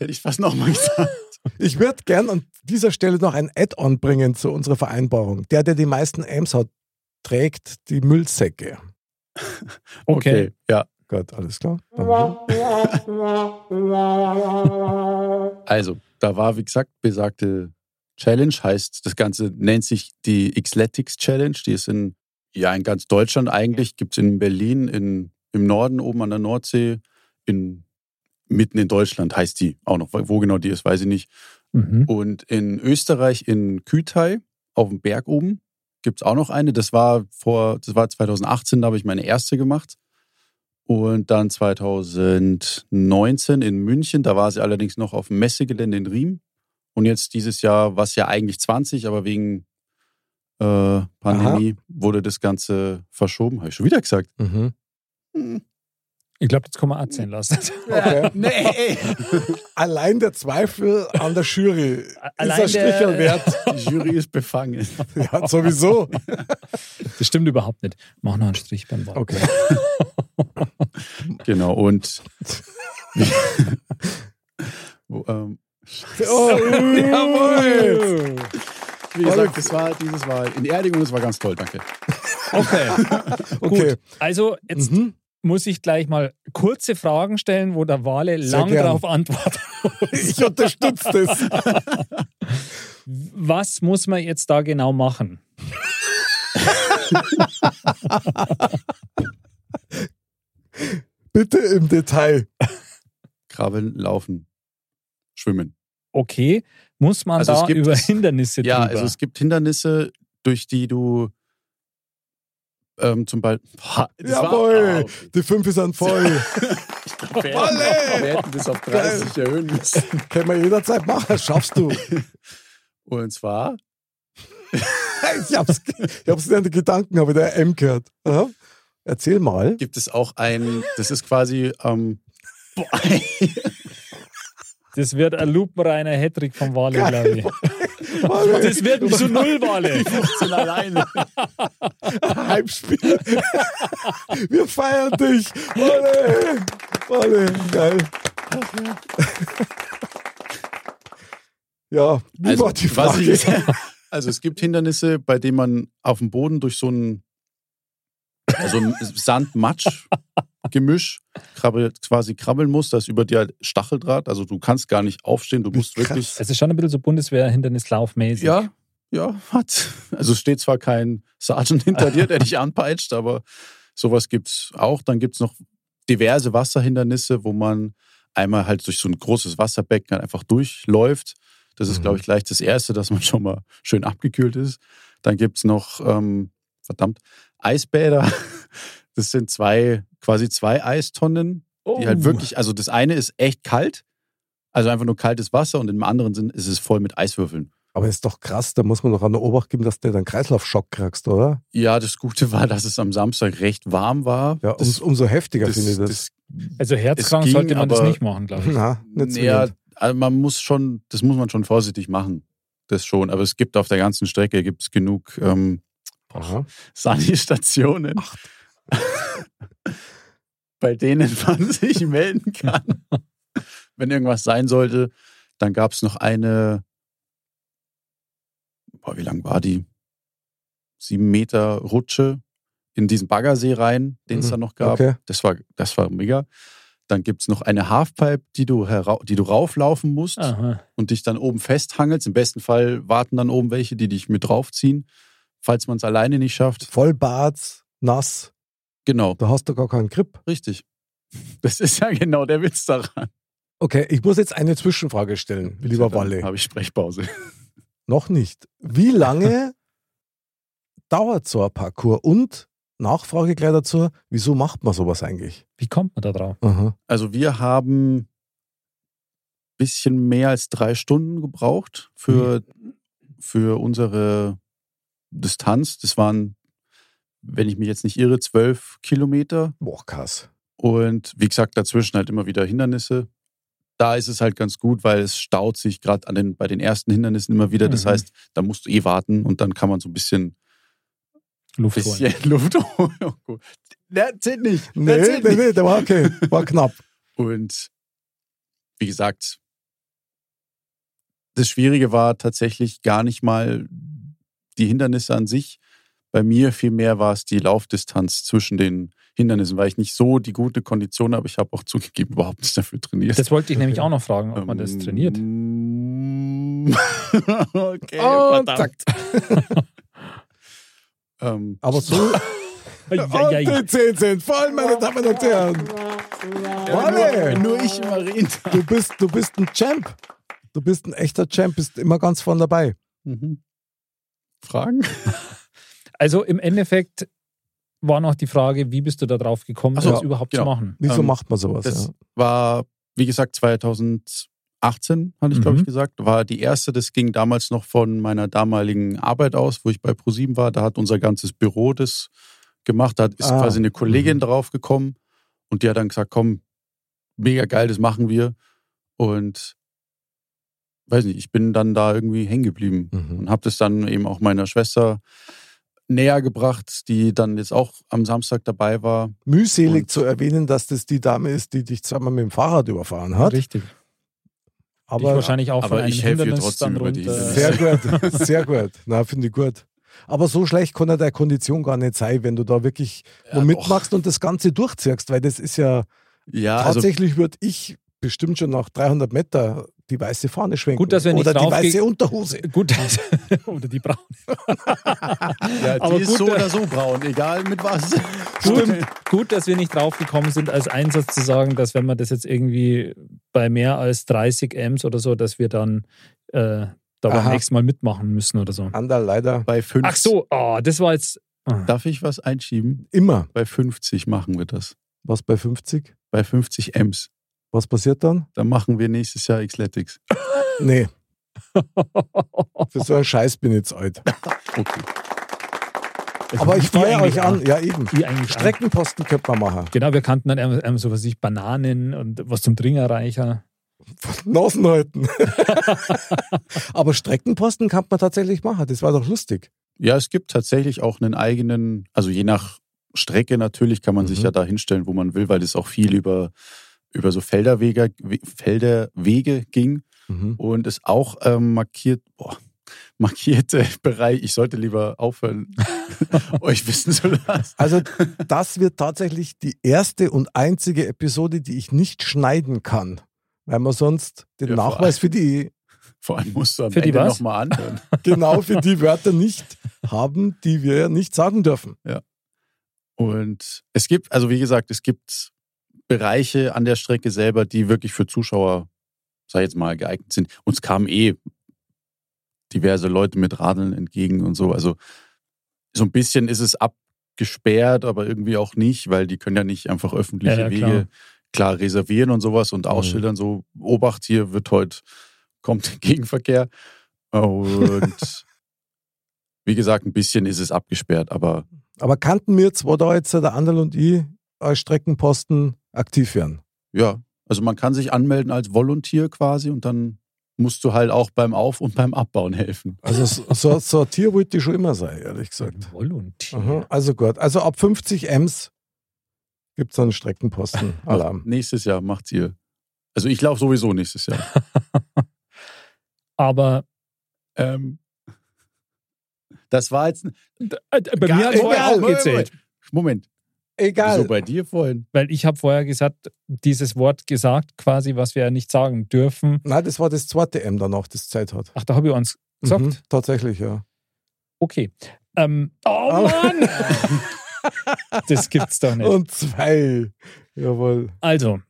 D: hätte ich fast nochmal gesagt.
A: Ich würde gern an dieser Stelle noch ein Add-on bringen zu unserer Vereinbarung. Der, der die meisten Ames hat, trägt die Müllsäcke.
B: Okay.
D: Ja.
A: Gut, alles klar. Danke.
D: Also, da war, wie gesagt, besagte Challenge, heißt, das Ganze nennt sich die Xletics Challenge. Die ist in, ja, in ganz Deutschland eigentlich, gibt es in Berlin, in, im Norden, oben an der Nordsee, in, mitten in Deutschland heißt die auch noch. Wo genau die ist, weiß ich nicht.
B: Mhm.
D: Und in Österreich, in Kütei, auf dem Berg oben, gibt es auch noch eine. Das war vor, das war 2018, da habe ich meine erste gemacht. Und dann 2019 in München, da war sie allerdings noch auf dem Messegelände in Riem. Und jetzt dieses Jahr war es ja eigentlich 20, aber wegen äh, Pandemie wurde das Ganze verschoben. Habe ich schon wieder gesagt.
A: Mhm.
B: Ich glaube, jetzt kann man auch zählen lassen.
A: Okay.
D: Nee,
A: Allein der Zweifel an der Jury
B: Allein
A: ist ein Strichel
B: der-
A: wert.
D: die Jury ist befangen.
A: Ja, sowieso.
B: Das stimmt überhaupt nicht. Mach noch einen Strich beim Wort.
A: Okay.
D: Genau, und. Wo, ähm,
A: Oh, jawohl.
D: Wie gesagt, das war dieses Mal in Erding und es war ganz toll, danke.
B: Okay.
A: Okay.
B: Gut. Also, jetzt
A: Mhm.
B: muss ich gleich mal kurze Fragen stellen, wo der Wale
A: Sehr
B: lang
A: gern.
B: darauf antwortet.
A: Ich unterstütze das.
B: Was muss man jetzt da genau machen?
A: Bitte im Detail.
D: Krabbeln, laufen, schwimmen.
B: Okay, muss man
D: Also es
B: da
D: gibt-
B: über Hindernisse
D: Ja,
B: drüber?
D: also es gibt Hindernisse, durch die du ähm, zum Beispiel. Ha, das war-
A: Jawohl.
D: Ah, okay.
A: Die fünf sind voll.
D: Wir
A: Wolle!
D: hätten, wir hätten das auf 30 erhöhen müssen.
A: Können wir jederzeit machen. Schaffst du.
D: Und zwar
A: Ich hab's, ich hab's in den Gedanken, aber der M gehört. Aha. Erzähl mal.
D: gibt es auch ein, das ist quasi ähm,
B: das wird ein lupenreiner Hattrick vom Wale, glaube ich. Das wird ein zu Null Wale.
D: sind alleine.
A: Heimspiel. Wir feiern dich. Ole. Ole. Geil. Ja, wie war die
D: Also, was
A: Frage?
D: ich, also es gibt Hindernisse, bei denen man auf dem Boden durch so ein also Sand-Matsch-Gemisch krabbel, quasi krabbeln muss. Da ist über dir halt Stacheldraht. Also du kannst gar nicht aufstehen. Du musst
A: krass.
D: wirklich.
B: Es ist schon ein bisschen so Bundeswehr-Hindernislaufmäßig.
D: Ja, ja, hat. Also es steht zwar kein Sergeant hinter dir, der dich anpeitscht, aber sowas gibt's auch. Dann gibt's noch diverse Wasserhindernisse, wo man einmal halt durch so ein großes Wasserbecken halt einfach durchläuft. Das ist,
A: Mhm.
D: glaube ich, gleich das Erste, dass man schon mal schön abgekühlt ist. Dann gibt's noch, ähm, verdammt, Eisbäder. Das sind zwei, quasi zwei Eistonnen,
B: Oh.
D: die halt wirklich, also das eine ist echt kalt, also einfach nur kaltes Wasser und im anderen Sinn ist es voll mit Eiswürfeln.
A: Aber ist doch krass, da muss man doch an der Obacht geben, dass du dann Kreislaufschock kriegst, oder?
D: Ja, das Gute war, dass es am Samstag recht warm war.
A: Ja,
D: das,
A: umso, umso heftiger
D: das,
A: finde ich das.
D: das,
B: Also herzkrank
D: Es ging,
B: sollte man das
D: aber-
B: nicht machen, glaube ich.
A: Na, nicht
D: ja,
A: zwingend.
D: also man muss schon, das muss man schon vorsichtig machen. Das schon. Aber es gibt auf der ganzen Strecke gibt's genug ähm,
A: Aha.
D: Sani-Stationen, bei denen man sich melden kann. Wenn irgendwas sein sollte, dann gab es noch eine, boah, wie lang war die? Sieben Meter Rutsche in diesen Baggersee rein, den es
A: Mhm,
D: da noch gab.
A: okay.
D: Das, war, das war mega. Dann gibt es noch eine Halfpipe, die du, herau- die du rauflaufen musst
A: Ah.
B: Aha.
D: und dich dann oben festhangelst. Im besten Fall warten dann oben welche, die dich mit draufziehen, falls man es alleine nicht schafft.
A: Vollbart, nass,
D: Genau,
A: da hast du gar keinen Grip.
D: richtig. Das ist ja genau der Witz daran.
A: Okay, ich muss jetzt eine Zwischenfrage stellen, lieber Walle.
D: Habe ich Sprechpause.
A: Noch nicht. Wie lange dauert so ein Parcours? Und Nachfrage gleich dazu, wieso macht man sowas eigentlich?
B: Wie kommt man da drauf?
A: Aha.
D: Also wir haben ein bisschen mehr als drei Stunden gebraucht für, für unsere Distanz. Das waren, wenn ich mich jetzt nicht irre, zwölf Kilometer.
A: Boah, krass.
D: Und wie gesagt, dazwischen halt immer wieder Hindernisse. Da ist es halt ganz gut, weil es staut sich gerade an den, bei den ersten Hindernissen immer wieder. Das
B: Mhm.
D: heißt, da musst du eh warten und dann kann man so ein bisschen,
B: Luft holen.
D: bisschen Luft holen. Oh Der zählt nicht.
A: Nee,
D: Der
A: nee,
D: zählt nicht.
A: nee, der war okay. War knapp.
D: Und wie gesagt, das Schwierige war tatsächlich gar nicht mal die Hindernisse an sich. Bei mir vielmehr war es die Laufdistanz zwischen den Hindernissen, weil ich nicht so die gute Kondition habe. Ich habe auch zugegeben überhaupt nicht dafür trainiert.
B: Das wollte ich nämlich auch noch fragen, ob man das
D: Ähm,
B: trainiert.
D: okay,
A: Und
D: verdammt.
A: zack.
D: Ähm,
A: Aber so. Und
B: Eieiei.
A: die 10 sind voll, meine Damen und Herren. Walle,
D: nur ich immer reden.
A: du bist, du bist ein Champ. Du bist ein echter Champ, bist immer ganz vorne dabei.
D: Mhm. Fragen?
B: Also im Endeffekt war noch die Frage, wie bist du da drauf gekommen,
D: Ach so,
B: das überhaupt zu
D: genau.
B: machen?
A: Wieso
D: Ähm,
A: macht man sowas?
D: Das
A: ja?
D: war, wie gesagt, 2018, hatte ich, glaube
B: Mhm.
D: ich, gesagt. War die erste, das ging damals noch von meiner damaligen Arbeit aus, wo ich bei ProSieben war. Da hat unser ganzes Büro das gemacht. Da ist
A: Ah.
D: quasi eine Kollegin
A: Mhm.
D: draufgekommen und die hat dann gesagt, komm, mega geil, das machen wir. Und weiß nicht, ich bin dann da irgendwie hängen geblieben
A: Mhm.
D: und habe das dann eben auch meiner Schwester näher gebracht, die dann jetzt auch am Samstag dabei war.
A: Mühselig
D: und-
A: zu erwähnen, dass das die Dame ist, die dich zweimal mit dem Fahrrad überfahren hat.
B: Richtig. ich
A: Aber
B: wahrscheinlich auch
D: aber
B: von einem
D: ich helfe ihr
B: Hindernis
D: trotzdem
B: dann
D: über die
B: runter.
D: Hindernisse.
A: Sehr gut, sehr gut. Na, finde ich gut. Aber so schlecht kann ja deine Kondition gar nicht sein, wenn du da wirklich
D: Ja,
A: nur
D: doch.
A: mitmachst und das Ganze durchziehst, weil das ist ja,
D: Ja, also
A: tatsächlich würde ich bestimmt schon nach 300 Meter die weiße Fahne schwenken.
B: Gut, dass wir nicht
A: Oder die
B: draufge-
A: weiße Unterhose.
B: Gut, dass- oder die Braune.
D: Ja, die
B: Aber
D: ist
B: gut,
D: so
B: äh,
D: oder so braun, egal mit was.
B: Gut, gut, dass wir nicht draufgekommen sind, als Einsatz zu sagen, dass wenn man das jetzt irgendwie bei mehr als 30 Ms oder so, dass wir dann äh, da beim
A: Aha. Ah,
B: nächsten Mal mitmachen müssen oder so.
A: Ander leider
D: Bei 50,
B: Ach so, ah, das war jetzt. ah.
D: Darf ich was einschieben?
A: immer.
D: Bei 50 machen wir das.
A: Was bei 50?
D: Bei 50 Ms.
A: Was passiert dann?
D: Dann machen wir nächstes Jahr Xletics.
A: Nee, für so einen Scheiß bin ich jetzt alt.
D: Okay.
A: Aber ich
B: Wie
A: feiere
B: eigentlich
A: euch an. Ja, eben.
B: Wie eigentlich an.
A: Streckenposten könnte man machen.
B: Genau, wir kannten dann ähm, ähm, so was weiß ich, Bananen und was zum Trinkerreicher.
A: Nasen halten. Aber Streckenposten kann man tatsächlich machen. Das war doch lustig.
D: Ja, es gibt tatsächlich auch einen eigenen, also je nach Strecke natürlich kann man sich
A: Mhm.
D: ja da hinstellen, wo man will, weil das auch viel über, über so Felderwege, We- Felderwege ging und es auch ähm, markiert, boah, markierte Bereich. Ich sollte lieber aufhören, euch wissen zu lassen.
A: Also das wird tatsächlich die erste und einzige Episode, die ich nicht schneiden kann, weil man sonst den
D: Ja, vor
A: Nachweis für die,
D: Vor allem musst du am
B: Für die
D: Ende
B: was?
D: nochmal anhören.
A: genau für die Wörter nicht haben, die wir nicht sagen dürfen.
D: Und es gibt, also wie gesagt, es gibt Bereiche an der Strecke selber, die wirklich für Zuschauer, sag ich jetzt mal, geeignet sind. Uns kamen eh diverse Leute mit Radeln entgegen und so. Also so ein bisschen ist es abgesperrt, aber irgendwie auch nicht, weil die können ja nicht einfach öffentliche
B: Ja, ja, klar.
D: Wege klar reservieren und sowas und
A: Mhm.
D: ausschildern, so Obacht, hier wird heute, kommt Gegenverkehr. Und wie gesagt, ein bisschen ist es abgesperrt, aber
A: Aber kannten wir zwei da jetzt, der Anderl und ich, als Streckenposten aktiv werden?
D: ja, also man kann sich anmelden als Volontier quasi und dann musst du halt auch beim Auf- und beim Abbauen helfen.
A: Also so- so, so ein Tier wollte ich schon immer sein, ehrlich gesagt.
B: Volunteer.
A: Aha, also gut, also ab 50 Ms gibt es einen Streckenposten-Alarm.
D: Nächstes Jahr macht's ihr. Also ich laufe sowieso nächstes Jahr.
B: Aber
D: ähm, das war jetzt.
B: äh, bei
D: Gar-
B: mir hat vorher
D: egal,
B: auch gezählt.
D: Moment,
A: Egal.
D: so bei dir vorhin.
B: Weil ich habe vorher gesagt, dieses Wort gesagt, quasi, was wir ja nicht sagen dürfen.
A: Nein, das war das zweite M danach, das Zeit hat.
B: Ach, da habe ich uns gesagt.
A: Mhm, tatsächlich, ja.
B: Okay. Ähm, oh
A: Oh.
B: Mann! das gibt's doch nicht.
A: Und zwei. Jawohl.
B: Also,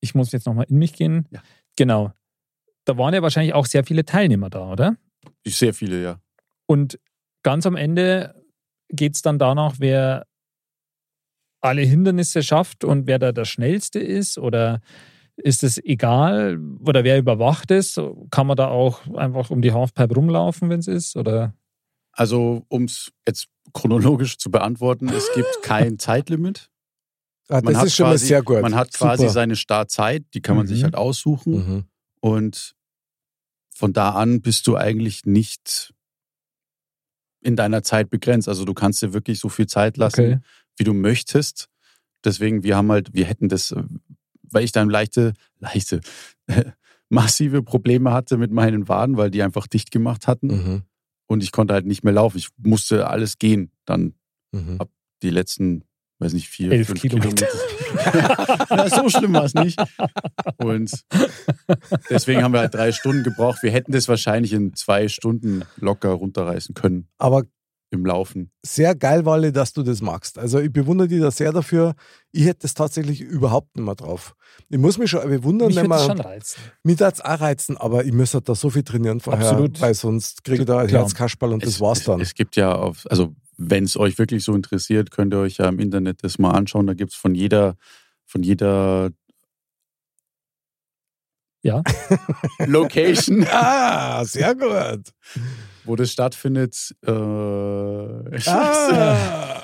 B: ich muss jetzt nochmal in mich gehen.
D: Ja.
B: Genau. Da waren ja wahrscheinlich auch sehr viele Teilnehmer da, oder?
D: Sehr viele, ja.
B: Und ganz am Ende geht es dann danach, wer alle Hindernisse schafft und wer da der Schnellste ist oder ist es egal oder wer überwacht ist? Kann man da auch einfach um die Halfpipe rumlaufen, wenn es ist? Oder
D: Also, um es jetzt chronologisch zu beantworten, es gibt kein Zeitlimit.
A: Ah,
D: Man
A: das
D: hat
A: ist schon mal
D: quasi-
A: sehr gut.
D: Man hat quasi
A: Super.
D: seine Startzeit, die kann man
B: Mhm.
D: sich halt aussuchen.
A: Mhm.
D: Und von da an bist du eigentlich nicht in deiner Zeit begrenzt. Also du kannst dir wirklich so viel Zeit lassen,
B: Okay.
D: wie du möchtest. Deswegen, wir haben halt, wir hätten das, äh, weil ich dann leichte, leichte, massive Probleme hatte mit meinen Waden, weil die einfach dicht gemacht hatten.
A: Mhm.
D: Und ich konnte halt nicht mehr laufen. Ich musste alles gehen. Dann
A: Mhm.
D: Ab- die letzten, weiß nicht, vier,
B: Elf
D: fünf
B: Kilometer.
D: Kilometer. Na, so schlimm war es nicht. Und deswegen haben wir halt drei Stunden gebraucht. Wir hätten das wahrscheinlich in zwei Stunden locker runterreißen können
A: Aber
D: im Laufen.
A: sehr geil, Walle, dass du das magst. Also ich bewundere dich da sehr dafür. Ich hätte das tatsächlich überhaupt nicht mehr drauf. Ich muss mich schon bewundern,
B: mich
A: wenn
B: würde das schon
A: man
B: reizen.
A: mich das auch reizen, aber ich müsste da so viel trainieren vorher,
B: Absolut.
A: weil sonst kriege ich da ein
B: Klar.
A: Herzkasperl und das
D: es,
A: war's
D: es,
A: dann.
D: Es gibt ja, auf, also wenn es euch wirklich so interessiert, könnt ihr euch ja im Internet das mal anschauen. Da gibt es von jeder, von jeder
B: Ja.
D: Location,
A: ah, sehr gut.
D: wo das stattfindet. Äh, ah.
A: Ah.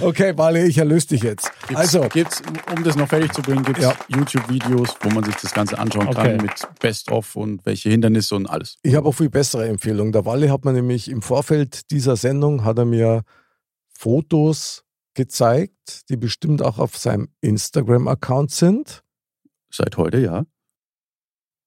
A: Okay, Walle, ich erlöse dich jetzt.
D: Gibt's,
A: Also,
D: gibt's, um das noch fertig zu bringen, gibt es
A: Ja.
D: YouTube-Videos, wo man sich das Ganze anschauen
B: Okay.
D: kann mit Best-of und welche Hindernisse und alles.
A: ich habe auch viel bessere Empfehlung. Der Walle hat mir nämlich im Vorfeld dieser Sendung hat er mir Fotos gezeigt, die bestimmt auch auf seinem Instagram-Account sind.
D: Seit heute, ja.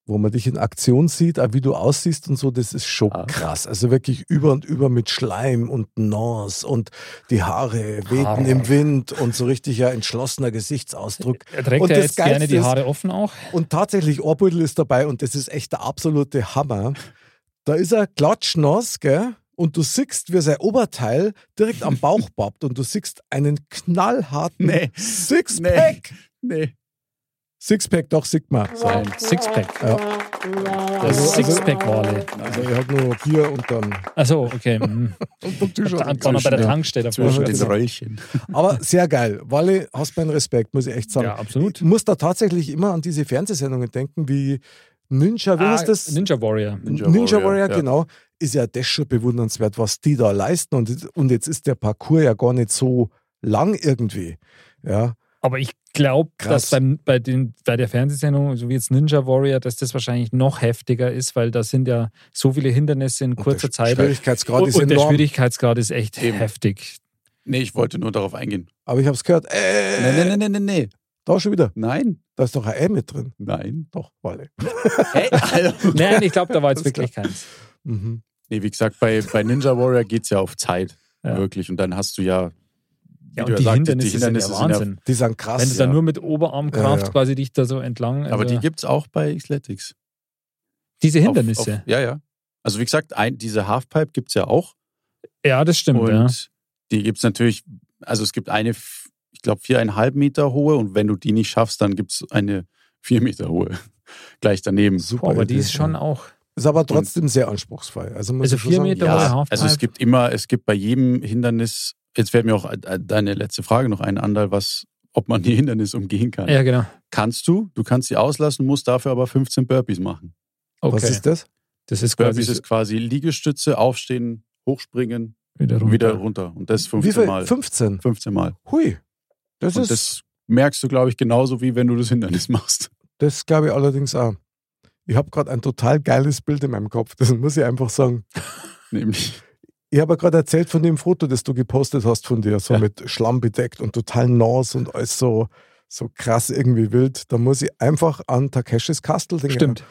A: wo man dich in Aktion sieht, auch wie du aussiehst und so, das ist schon
D: Ah.
A: krass. Also wirklich über und über mit Schleim und Nass und die Haare wehten
B: Haare.
A: im Wind und so richtig ein entschlossener Gesichtsausdruck.
B: Er trägt
A: Und
B: ja
A: das
B: jetzt gerne
A: Geilste
B: die
A: ist-
B: Haare offen auch.
A: Und tatsächlich, Ohrbeutel ist dabei und das ist echt der absolute Hammer. Da ist er klatschnass, gell? Und du siehst, wie sein Oberteil direkt am Bauch babbt und du siehst einen knallharten
D: Nee.
A: Sixpack.
D: Nee.
A: Sixpack, doch, sieht man.
B: Sein Sixpack.
A: Ja.
B: Das Sixpack-Wale.
A: Also er hat nur Bier und dann
B: Achso, okay. mhm.
A: vom Tisch
B: Dann war noch bei der Tankstelle.
D: Zwischen den
B: also.
A: Genau.
D: Röllchen.
A: Aber sehr geil. Walle, hast meinen Respekt, muss ich echt sagen.
B: Ja, absolut.
A: Ich muss da tatsächlich immer an diese Fernsehsendungen denken, wie Ninja, wie heißt das?
B: Ah, Ninja Warrior.
A: Ninja, Warrior, genau. Ist ja das schon bewundernswert, was die da leisten. Und, und jetzt ist der Parcours ja gar nicht so lang irgendwie. Ja,
B: Aber ich glaube,
A: Krass.
B: dass beim, bei, den, bei der Fernsehsendung, so wie jetzt Ninja Warrior, dass das wahrscheinlich noch heftiger ist, weil da sind ja so viele Hindernisse in kurzer
A: der
B: Zeit.
A: Schwierigkeitsgrad
B: und
A: ist
B: und der
A: enorm.
B: Schwierigkeitsgrad ist echt
D: Eben.
B: heftig.
D: Nee, ich wollte nur darauf eingehen.
A: Aber ich habe es gehört. Äh,
D: Nein, nein, nein, nein, nein.
A: Da schon wieder.
D: Nein,
A: Da ist doch ein Ei mit drin.
D: nein.
A: Doch, Walle.
D: Hey, also.
B: Nein, ich glaube, da war jetzt
A: Alles
B: wirklich keins.
A: Mhm.
D: Nee, wie gesagt, bei, bei Ninja Warrior geht es ja auf Zeit.
B: Ja.
D: Wirklich. Und dann hast du ja. wie
B: Ja,
D: du
B: und die
D: sagtest,
B: Hindernisse, sind ja Wahnsinn.
A: Die sind krass.
B: Wenn du da
A: ja.
B: nur mit Oberarmkraft
A: Ja, ja.
B: quasi dich da so entlang. Also
D: aber die gibt es auch bei Xletics.
B: diese
D: Auf-
B: Hindernisse.
D: auf- Ja, ja. Also, wie gesagt, ein, diese Halfpipe gibt es ja auch.
B: Ja, das stimmt.
D: Und
B: ja.
D: die gibt es natürlich, also es gibt eine, f- ich glaube, viereinhalb Meter hohe und wenn du die nicht schaffst, dann gibt es eine vier Meter hohe gleich daneben.
A: Super
B: Boah, aber die
A: Idee.
B: ist schon auch.
A: Ist aber trotzdem sehr anspruchsvoll. Also, muss
B: Also
A: ich schon
B: vier
A: sagen,
B: Meter
A: ja.
B: hohe Halfpipe.
D: also es gibt immer, es gibt bei jedem Hindernis, jetzt fällt mir auch äh, deine letzte Frage noch ein, Andal, was, ob man die Hindernis umgehen kann.
B: Ja, genau.
D: Kannst du, du kannst sie auslassen, musst dafür aber 15 Burpees machen.
B: Okay.
A: Was ist das?
B: Das ist quasi
D: Burpees ist quasi Liegestütze, aufstehen, hochspringen,
B: wieder runter.
D: wieder runter. Und das 15
A: Wie viel?
D: Mal.
A: 15.
D: 15 Mal.
A: Hui. Das
D: und
A: ist, das,
D: das merkst du, glaube ich, genauso wie wenn du das Hindernis machst.
A: glaube ich allerdings auch. Ich habe gerade ein total geiles Bild in meinem Kopf, das muss ich einfach sagen.
D: Nämlich.
A: Ich habe ja gerade erzählt von dem Foto, das du gepostet hast von dir, so
D: Ja.
A: mit Schlamm bedeckt und total nass und alles so, so krass irgendwie wild. Da muss ich einfach an Takeshis Castle denken.
B: Stimmt.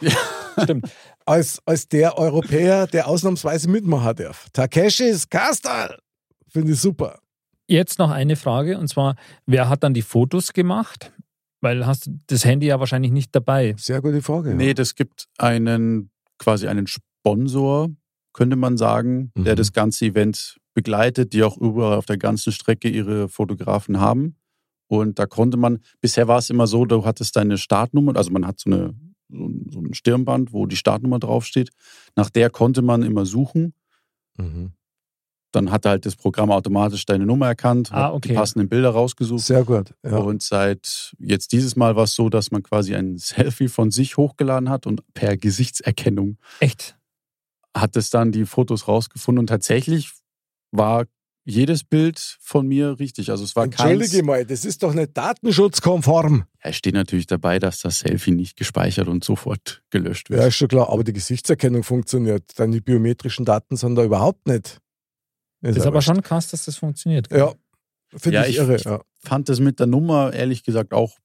B: Stimmt.
A: als, als der Europäer, der ausnahmsweise mitmachen darf. Takeshis Kastal! Finde ich super.
B: Jetzt noch eine Frage und zwar, wer hat dann die Fotos gemacht? Weil hast du das Handy ja wahrscheinlich nicht dabei.
A: Sehr gute Frage. ja.
D: Nee, das gibt einen, quasi einen Sponsor, könnte man sagen,
A: Mhm.
D: der das ganze Event begleitet, die auch überall auf der ganzen Strecke ihre Fotografen haben. Und da konnte man, bisher war es immer so, du hattest deine Startnummer, also man hat so, eine, so ein- so ein Stirnband, wo die Startnummer draufsteht. Nach der konnte man immer suchen.
A: Mhm.
D: Dann hat halt das Programm automatisch deine Nummer erkannt,
B: Ah,
D: hat
B: okay.
D: die passenden Bilder rausgesucht.
A: Sehr gut. Ja.
D: Und seit jetzt dieses Mal war es so, dass man quasi ein Selfie von sich hochgeladen hat und per Gesichtserkennung
B: Echt?
D: hat es dann die Fotos rausgefunden und tatsächlich war jedes Bild von mir richtig. Also es war
A: Entschuldige
D: keins.
A: mal, das ist doch nicht datenschutzkonform.
D: Es steht natürlich dabei, dass das Selfie nicht gespeichert und sofort gelöscht
A: Ja,
D: wird.
A: ist schon klar, aber die Gesichtserkennung funktioniert. Deine biometrischen Daten sind da überhaupt nicht.
B: Das ist aber
A: wurscht.
B: schon krass, dass das funktioniert.
A: Ja, finde
D: Ja,
A: ich,
D: ich-
A: irre.
D: ich-
A: Ja,
D: Fand es mit der Nummer ehrlich gesagt auch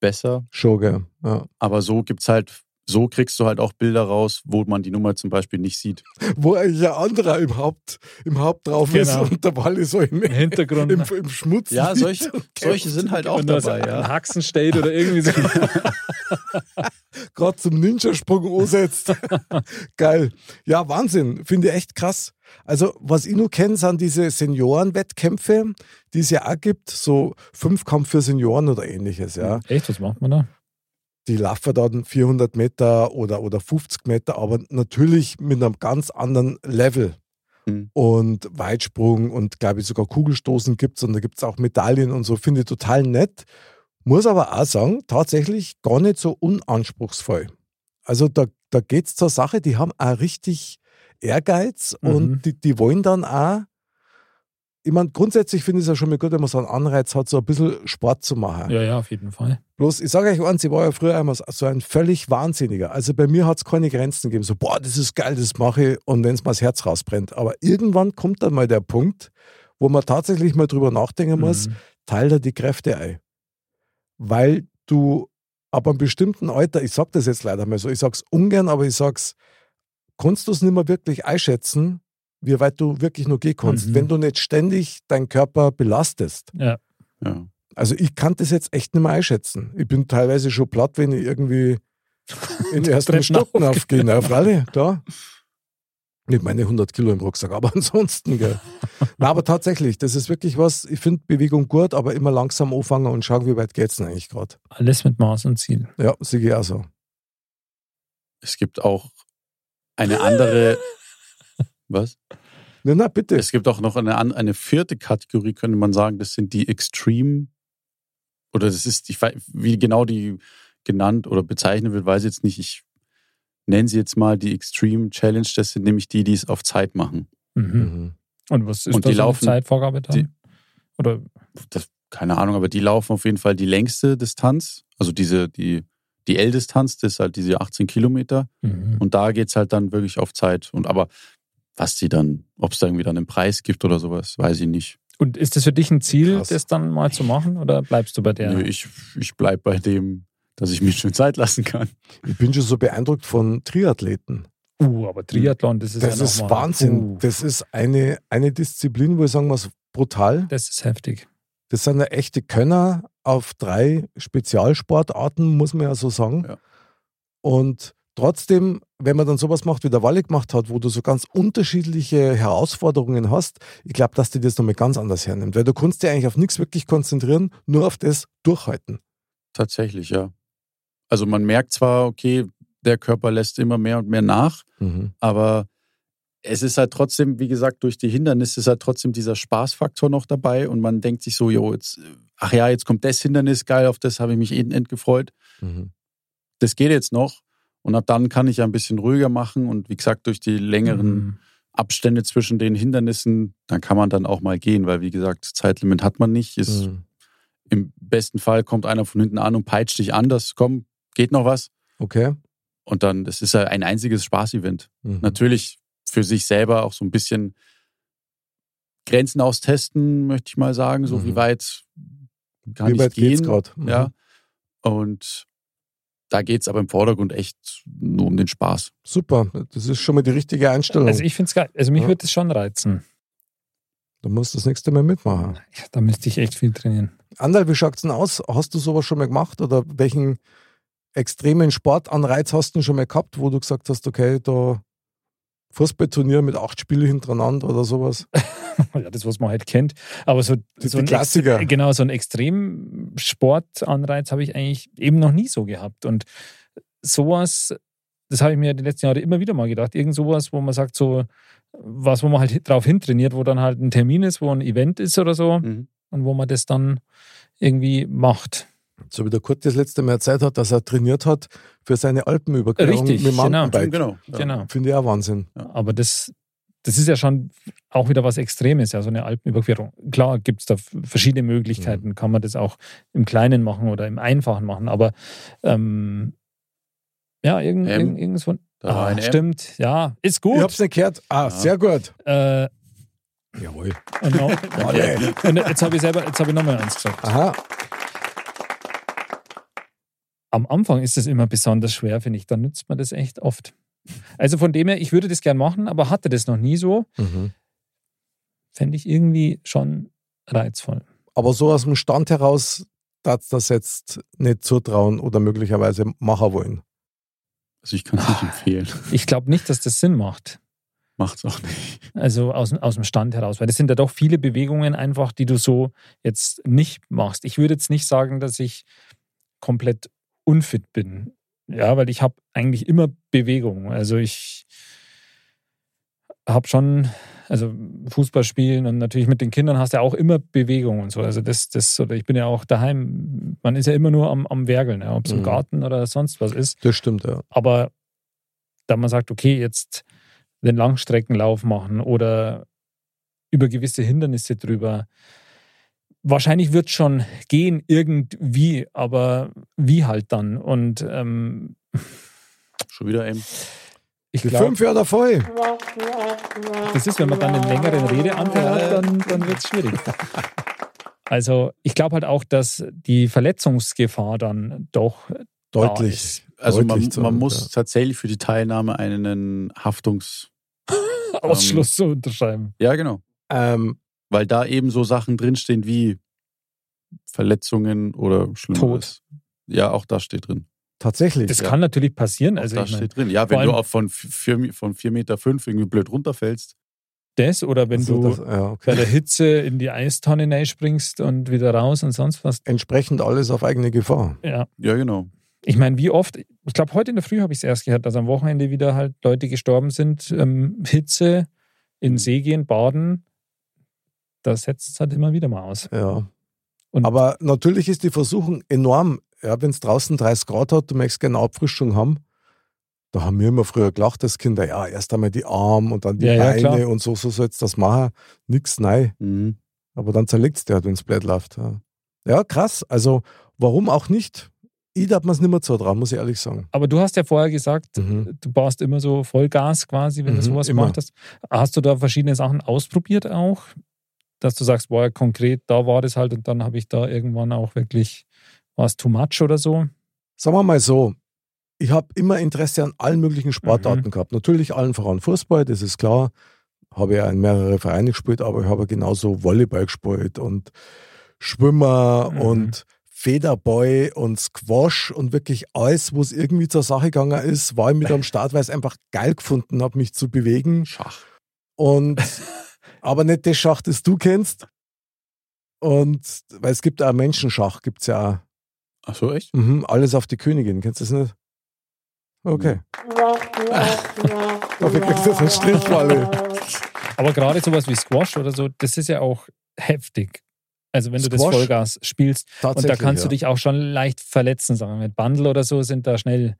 D: besser.
A: schon, gell. Ja.
D: Aber so gibt's halt, so kriegst du halt auch Bilder raus, wo man die Nummer zum Beispiel nicht sieht.
A: Wo eigentlich ein anderer im Haupt, im Haupt drauf ist
B: Genau.
A: und der Ball ist so im,
B: Im Hintergrund.
A: im, im Schmutz.
D: Ja,
A: liegt
D: solche,
A: und kämpft.
D: solche sind halt auch
B: Wenn da so
D: dabei.
B: ein
D: Ja.
B: Haxen steht oder irgendwie so.
A: gerade zum Ninja-Sprung umsetzt. Geil. Ja, Wahnsinn. Finde ich echt krass. Also, was ich nur kenne, sind diese Seniorenwettkämpfe, die es ja auch gibt. So Fünfkampf für Senioren oder ähnliches, ja.
B: Echt, was macht man da?
A: Die laufen dann 400 Meter oder, oder 50 Meter, aber natürlich mit einem ganz anderen Level.
D: Mhm.
A: Und Weitsprung und, glaube ich, sogar Kugelstoßen gibt es und da gibt es auch Medaillen und so. Finde ich total nett. Muss aber auch sagen, tatsächlich gar nicht so unanspruchsvoll. Also da, da geht es zur Sache, die haben auch richtig Ehrgeiz
B: Mhm.
A: und die, die wollen dann auch, ich meine, grundsätzlich finde ich es ja schon mal gut, wenn man so einen Anreiz hat, so ein bisschen Sport zu machen.
B: Ja, ja, auf jeden Fall.
A: Bloß, ich sage euch eins, ich war ja früher einmal so ein völlig Wahnsinniger. Also bei mir hat es keine Grenzen gegeben. So, boah, das ist geil, das mache ich. Und wenn es mal das Herz rausbrennt. Aber irgendwann kommt dann mal der Punkt, wo man tatsächlich mal drüber nachdenken muss,
B: Mhm.
A: teil da die Kräfte ein. Weil du ab einem bestimmten Alter, ich sage das jetzt leider mal so, ich sag's ungern, aber ich sag's, kannst du es nicht mehr wirklich einschätzen, wie weit du wirklich noch gehen kannst,
B: Mhm.
A: wenn du nicht ständig deinen Körper belastest.
B: Ja.
D: Ja.
A: Also ich kann das jetzt echt nicht mehr einschätzen. Ich bin teilweise schon platt, wenn ich irgendwie in den ersten
B: Treppen
A: Stocken aufgehe. Na, Fralle, da. Nicht meine 100 Kilo im Rucksack, aber ansonsten, gell. Na, aber tatsächlich, das ist wirklich was, ich finde Bewegung gut, aber immer langsam anfangen und schauen, wie weit geht's denn eigentlich gerade.
B: Alles mit Maß und Ziel.
A: Ja, sehe ich auch so.
D: Es gibt auch eine andere. Was?
A: Na, na, bitte.
D: Es gibt auch noch eine, an- eine vierte Kategorie, könnte man sagen, das sind die Extreme. Oder das ist, ich weiß, wie genau die genannt oder bezeichnet wird, weiß ich jetzt nicht. Ich nenne sie jetzt mal die Extreme Challenge. Das sind nämlich die, die es auf Zeit machen.
B: Mhm.
A: Mhm.
B: Und was ist
D: Und
B: da
D: die
B: so eine
D: laufen-
B: Zeitvorgabe da?
D: die-
B: Oder
D: Das, keine Ahnung, aber die laufen auf jeden Fall die längste Distanz. Also diese, die, die L-Distanz, das ist halt diese 18 Kilometer.
B: mhm.
D: Und da geht es halt dann wirklich auf Zeit. Und aber was sie dann, ob es da irgendwie dann einen Preis gibt oder sowas, weiß ich nicht.
B: Und ist das für dich ein Ziel,
A: Krass.
B: das dann mal zu machen oder bleibst du bei der?
D: Nö, ich, ich bleibe bei dem, dass ich mir schön Zeit lassen kann.
A: Ich bin schon so beeindruckt von Triathleten.
B: Uh, aber Triathlon, das ist
A: Das
B: ja
A: ist
B: noch mal-
A: Wahnsinn.
B: Uh,
A: Das ist eine, eine Disziplin, wo ich sagen muss, brutal.
B: das ist heftig.
A: Das sind ja echte Könner auf drei Spezialsportarten, muss man ja so sagen.
D: Ja.
A: Und trotzdem, wenn man dann sowas macht, wie der Walle gemacht hat, wo du so ganz unterschiedliche Herausforderungen hast, ich glaube, dass dir das nochmal ganz anders hernimmt. Weil du kannst dich eigentlich auf nichts wirklich konzentrieren, nur auf das Durchhalten.
D: Tatsächlich, ja. Also man merkt zwar, okay, der Körper lässt immer mehr und mehr nach, aber es ist halt trotzdem, wie gesagt, durch die Hindernisse ist halt trotzdem dieser Spaßfaktor noch dabei und man denkt sich so, jo, jetzt, äh, ach ja, eh jetzt kommt das Hindernis, geil, auf das habe ich mich eben gefreut.
A: Mhm.
D: Das geht jetzt noch. Und ab dann kann ich ja ein bisschen ruhiger machen und wie gesagt, durch die längeren
B: Mhm.
D: Abstände zwischen den Hindernissen, dann kann man dann auch mal gehen, weil wie gesagt, Zeitlimit hat man nicht. Ist,
A: Mhm.
D: Im besten Fall kommt einer von hinten an und peitscht dich an, das komm, geht noch was.
A: Okay.
D: Und dann, das ist ja ein einziges Spaßevent.
A: Mhm.
D: Natürlich für sich selber auch so ein bisschen Grenzen austesten, möchte ich mal sagen. So
A: Mhm.
D: wie weit kann
A: Wie weit
D: ich gehen?
A: geht's gerade? Mhm.
D: Ja. Und da geht es aber im Vordergrund echt nur um den Spaß.
A: Super, das ist schon mal die richtige Einstellung.
B: Also ich finde es geil. Also mich
A: Ja.
B: würde es schon reizen.
A: du musst das nächste Mal mitmachen.
B: Ja, da müsste ich echt viel trainieren.
A: Anderl, wie schaut's denn aus? Hast du sowas schon mal gemacht oder welchen extremen Sportanreiz hast du denn schon mal gehabt, wo du gesagt hast, okay, da Fußballturnier mit acht Spielen hintereinander oder sowas?
B: Ja, das, was man halt kennt. Aber so,
A: Die,
B: so
A: die
B: ein Ex-
A: Klassiker.
B: Genau, so einen Extremsportanreiz habe ich eigentlich eben noch nie so gehabt. Und sowas, das habe ich mir die letzten Jahre immer wieder mal gedacht, irgend sowas, wo man sagt, so was, wo man halt drauf hintrainiert, wo dann halt ein Termin ist, wo ein Event ist oder so
A: Mhm.
D: Mhm.
B: und wo man das dann irgendwie macht.
A: So wie der Kurt das letzte Mal erzählt hat, dass er trainiert hat für seine Alpenüberquerung
B: Richtig,
A: mit
B: genau.
A: Mountainbike.
D: Genau. Ja.
B: Genau.
A: Finde ich auch Wahnsinn.
B: Aber das, das ist ja schon auch wieder was Extremes, ja, so eine Alpenüberquerung. Klar gibt es da f- verschiedene
D: Mhm.
B: Möglichkeiten, kann man das auch im Kleinen machen oder im Einfachen machen, aber ähm, ja, irgend,
D: Ähm,
B: irgend, irgend so ein.
D: da war
B: Ah,
D: eine M.
B: stimmt, ja, ist
A: Ich
B: gut.
A: hab's nicht gehört. Ah,
D: Ja.
A: sehr gut.
B: Äh,
A: Jawohl.
B: und, noch,
A: Alle.
B: und jetzt habe ich selber, jetzt habe ich nochmal eins gesagt.
A: Aha,
B: Am Anfang ist es immer besonders schwer, finde ich. Dann nützt man das echt oft. Also von dem her, ich würde das gern machen, aber hatte das noch nie so.
A: Mhm.
B: Fände ich irgendwie schon reizvoll.
A: Aber so aus dem Stand heraus darfst das jetzt nicht zutrauen oder möglicherweise machen wollen.
D: Also ich kann es nicht empfehlen.
B: Ich glaube nicht, dass das Sinn macht.
D: Macht's auch nicht.
B: Also aus, aus dem Stand heraus, weil das sind ja doch viele Bewegungen einfach, die du so jetzt nicht machst. Ich würde jetzt nicht sagen, dass ich komplett unfit bin. Ja, weil ich habe eigentlich immer Bewegung. Also ich habe schon, also Fußball spielen und natürlich mit den Kindern hast du ja auch immer Bewegung und so. Also das, das, oder ich bin ja auch daheim, man ist ja immer nur am, am Werkeln, ja, ob es
A: Mhm.
B: im Garten oder sonst was ist.
A: Das stimmt, ja.
B: Aber da man sagt, okay, jetzt den Langstreckenlauf machen oder über gewisse Hindernisse drüber. Wahrscheinlich wird schon gehen irgendwie, aber wie halt dann? Und ähm,
D: Schon wieder M.
B: ich
A: Die
B: glaube,
A: fünf Jahre voll.
B: das ist, wenn man dann einen längeren Redeanteil hat, dann, dann wird es schwierig. Also ich glaube halt auch, dass die Verletzungsgefahr dann doch
A: Ähm, Deutlich.
D: Also man,
A: Deutlich zu-
D: man muss
A: ja.
D: tatsächlich für die Teilnahme einen Haftungs...
B: Ausschluss zu unterschreiben.
D: Ja, genau.
A: Ähm,
D: Weil da eben so Sachen drinstehen wie Verletzungen oder Schlimmeres.
B: Tod.
D: Ja, auch das steht drin.
A: tatsächlich.
B: Das
A: ja.
B: kann natürlich passieren.
D: Auch
B: Also
D: das
B: ich mein,
D: steht drin. Ja,
B: vor
D: wenn du
B: allem-
D: auch von 4 von vier Meter fünf irgendwie blöd runterfällst.
B: das oder wenn
A: Also
B: du
A: das, ja,
B: bei
A: okay.
B: der Hitze in die Eistonne reinspringst und wieder raus und sonst was.
A: Entsprechend alles auf eigene Gefahr.
B: Ja.
D: Ja, genau.
B: Ich meine, wie oft, ich glaube, heute in der Früh habe ich es erst gehört, dass am Wochenende wieder halt Leute gestorben sind. Ähm, Hitze,
A: Mhm.
B: in See gehen, baden, das setzt es halt immer wieder mal aus.
A: Ja.
B: Und-
A: Aber natürlich ist die Versuchung enorm. Ja, wenn es draußen 30 Grad hat, du möchtest gerne eine Abfrischung haben. Da haben wir immer früher gelacht, das Kinder, ja, erst einmal die Arme und dann die
B: Ja, ja,
A: Beine
B: klar.
A: und so, so sollst das machen. Nix, nein.
D: Mhm.
A: Aber dann zerlegt es dir halt, wenn es blöd läuft. Ja. ja, krass. Also, warum auch nicht? Ich darf mir es nicht mehr zutrauen, muss ich ehrlich sagen.
B: Aber du hast ja vorher gesagt,
A: Mhm.
B: du baust immer so Vollgas quasi, wenn du
A: Mhm,
B: sowas
A: immer.
B: gemacht hast. Hast du da verschiedene Sachen ausprobiert auch? Dass du sagst, boah, konkret, da war das halt und dann habe ich da irgendwann auch wirklich, war es too much oder so?
A: Sagen wir mal so, ich habe immer Interesse an allen möglichen Sportarten
B: Mhm.
A: gehabt. Natürlich allen voran Fußball, das ist klar. Habe ja in mehrere Vereine gespielt, aber ich habe genauso Volleyball gespielt und Schwimmer
B: Mhm.
A: und Federboy und Squash und wirklich alles, wo es irgendwie zur Sache gegangen ist, war ich mit am Start, weil ich es einfach geil gefunden habe, mich zu bewegen.
D: Schach.
A: Und aber nicht das Schach, das du kennst. Und weil es gibt auch Menschenschach, gibt es ja auch.
D: Ach so, echt?
A: Mhm, alles auf die Königin, kennst du das nicht? Okay. Dafür kriegst du jetzt einen Strich, Wally.
B: Aber gerade sowas wie Squash oder so, das ist ja auch heftig. Also wenn du das
A: Squash?
B: Vollgas spielst und da kannst
A: ja.
B: du dich auch schon leicht verletzen, sagen wir mit Bundle oder so sind da schnell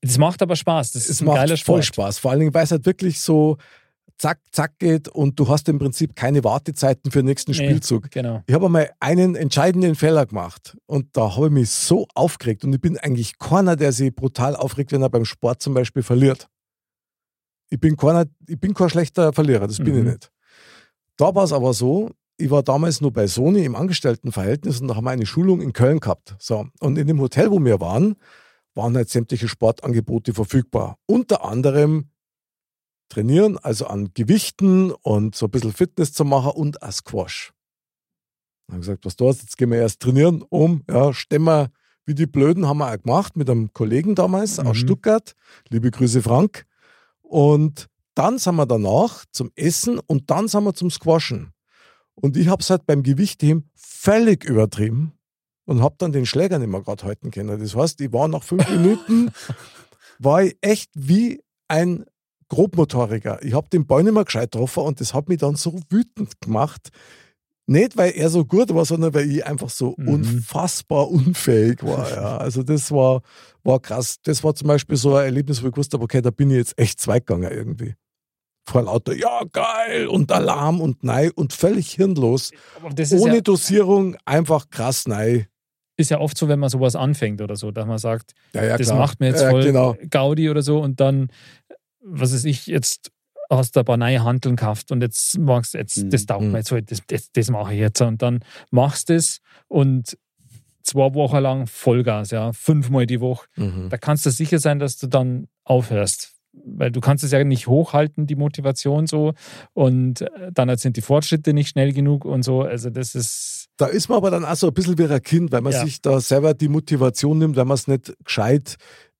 B: Das macht aber Spaß. Das ist
A: Es
B: ein
A: macht
B: geiler Sport.
A: voll Spaß. Vor allen Dingen, weil es halt wirklich so zack, zack geht und du hast im Prinzip keine Wartezeiten für den nächsten
B: Nee,
A: Spielzug.
B: Genau.
A: Ich habe einmal einen entscheidenden Fehler gemacht und da habe ich mich so aufgeregt und ich bin eigentlich keiner, der sich brutal aufregt, wenn er beim Sport zum Beispiel verliert. Ich bin, keiner, ich bin kein schlechter Verlierer, das bin
B: Mhm.
A: ich nicht. Da war es aber so, ich war damals nur bei Sony im Angestelltenverhältnis und da haben wir eine Schulung in Köln gehabt. So, und in dem Hotel, wo wir waren, waren halt sämtliche Sportangebote verfügbar. Unter anderem trainieren, also an Gewichten und so ein bisschen Fitness zu machen und auch Squash. Dann haben wir gesagt, was du hast, jetzt gehen wir erst trainieren um, ja, stemmer wie die Blöden haben wir auch gemacht mit einem Kollegen damals
B: Mhm.
A: aus Stuttgart. Liebe Grüße, Frank. Und dann sind wir danach zum Essen und dann sind wir zum Squashen. Und ich habe es halt beim Gewichtheben völlig übertrieben und habe dann den Schläger nicht mehr gerade halten können. Das heißt, ich war nach fünf Minuten, war ich echt wie ein Grobmotoriker. Ich habe den Ball nicht mehr gescheit getroffen und das hat mich dann so wütend gemacht. Nicht, weil er so gut war, sondern weil ich einfach so
B: Mhm.
A: unfassbar unfähig war. Ja. Also das war, war krass. Das war zum Beispiel so ein Erlebnis, wo ich gewusst habe, okay, da bin ich jetzt echt zweitgegangen irgendwie. Vor lauter, ja geil und Alarm und Nein und völlig hirnlos.
B: Aber das ist
A: Ohne
B: ja,
A: Dosierung einfach krass Nein.
B: ist ja oft so, wenn man sowas anfängt oder so, dass man sagt,
A: Ja, ja,
B: das
A: klar.
B: macht mir jetzt
A: ja,
B: voll
A: Genau.
B: Gaudi oder so und dann, was weiß ich, jetzt hast du ein paar neue Handeln gekauft und jetzt magst du, jetzt,
D: Mhm.
B: das taugt
A: Mhm.
B: mir jetzt halt, das, das, das mache ich jetzt. Und dann machst du es und zwei Wochen lang Vollgas, ja, fünfmal die Woche.
A: Mhm.
B: Da kannst du sicher sein, dass du dann aufhörst. Weil du kannst es ja nicht hochhalten, die Motivation so. Und äh, dann sind die Fortschritte nicht schnell genug und so. Also das ist,
A: Da ist man aber dann auch so ein bisschen wie ein Kind, weil man
B: Ja.
A: sich da selber die Motivation nimmt, wenn man es nicht gescheit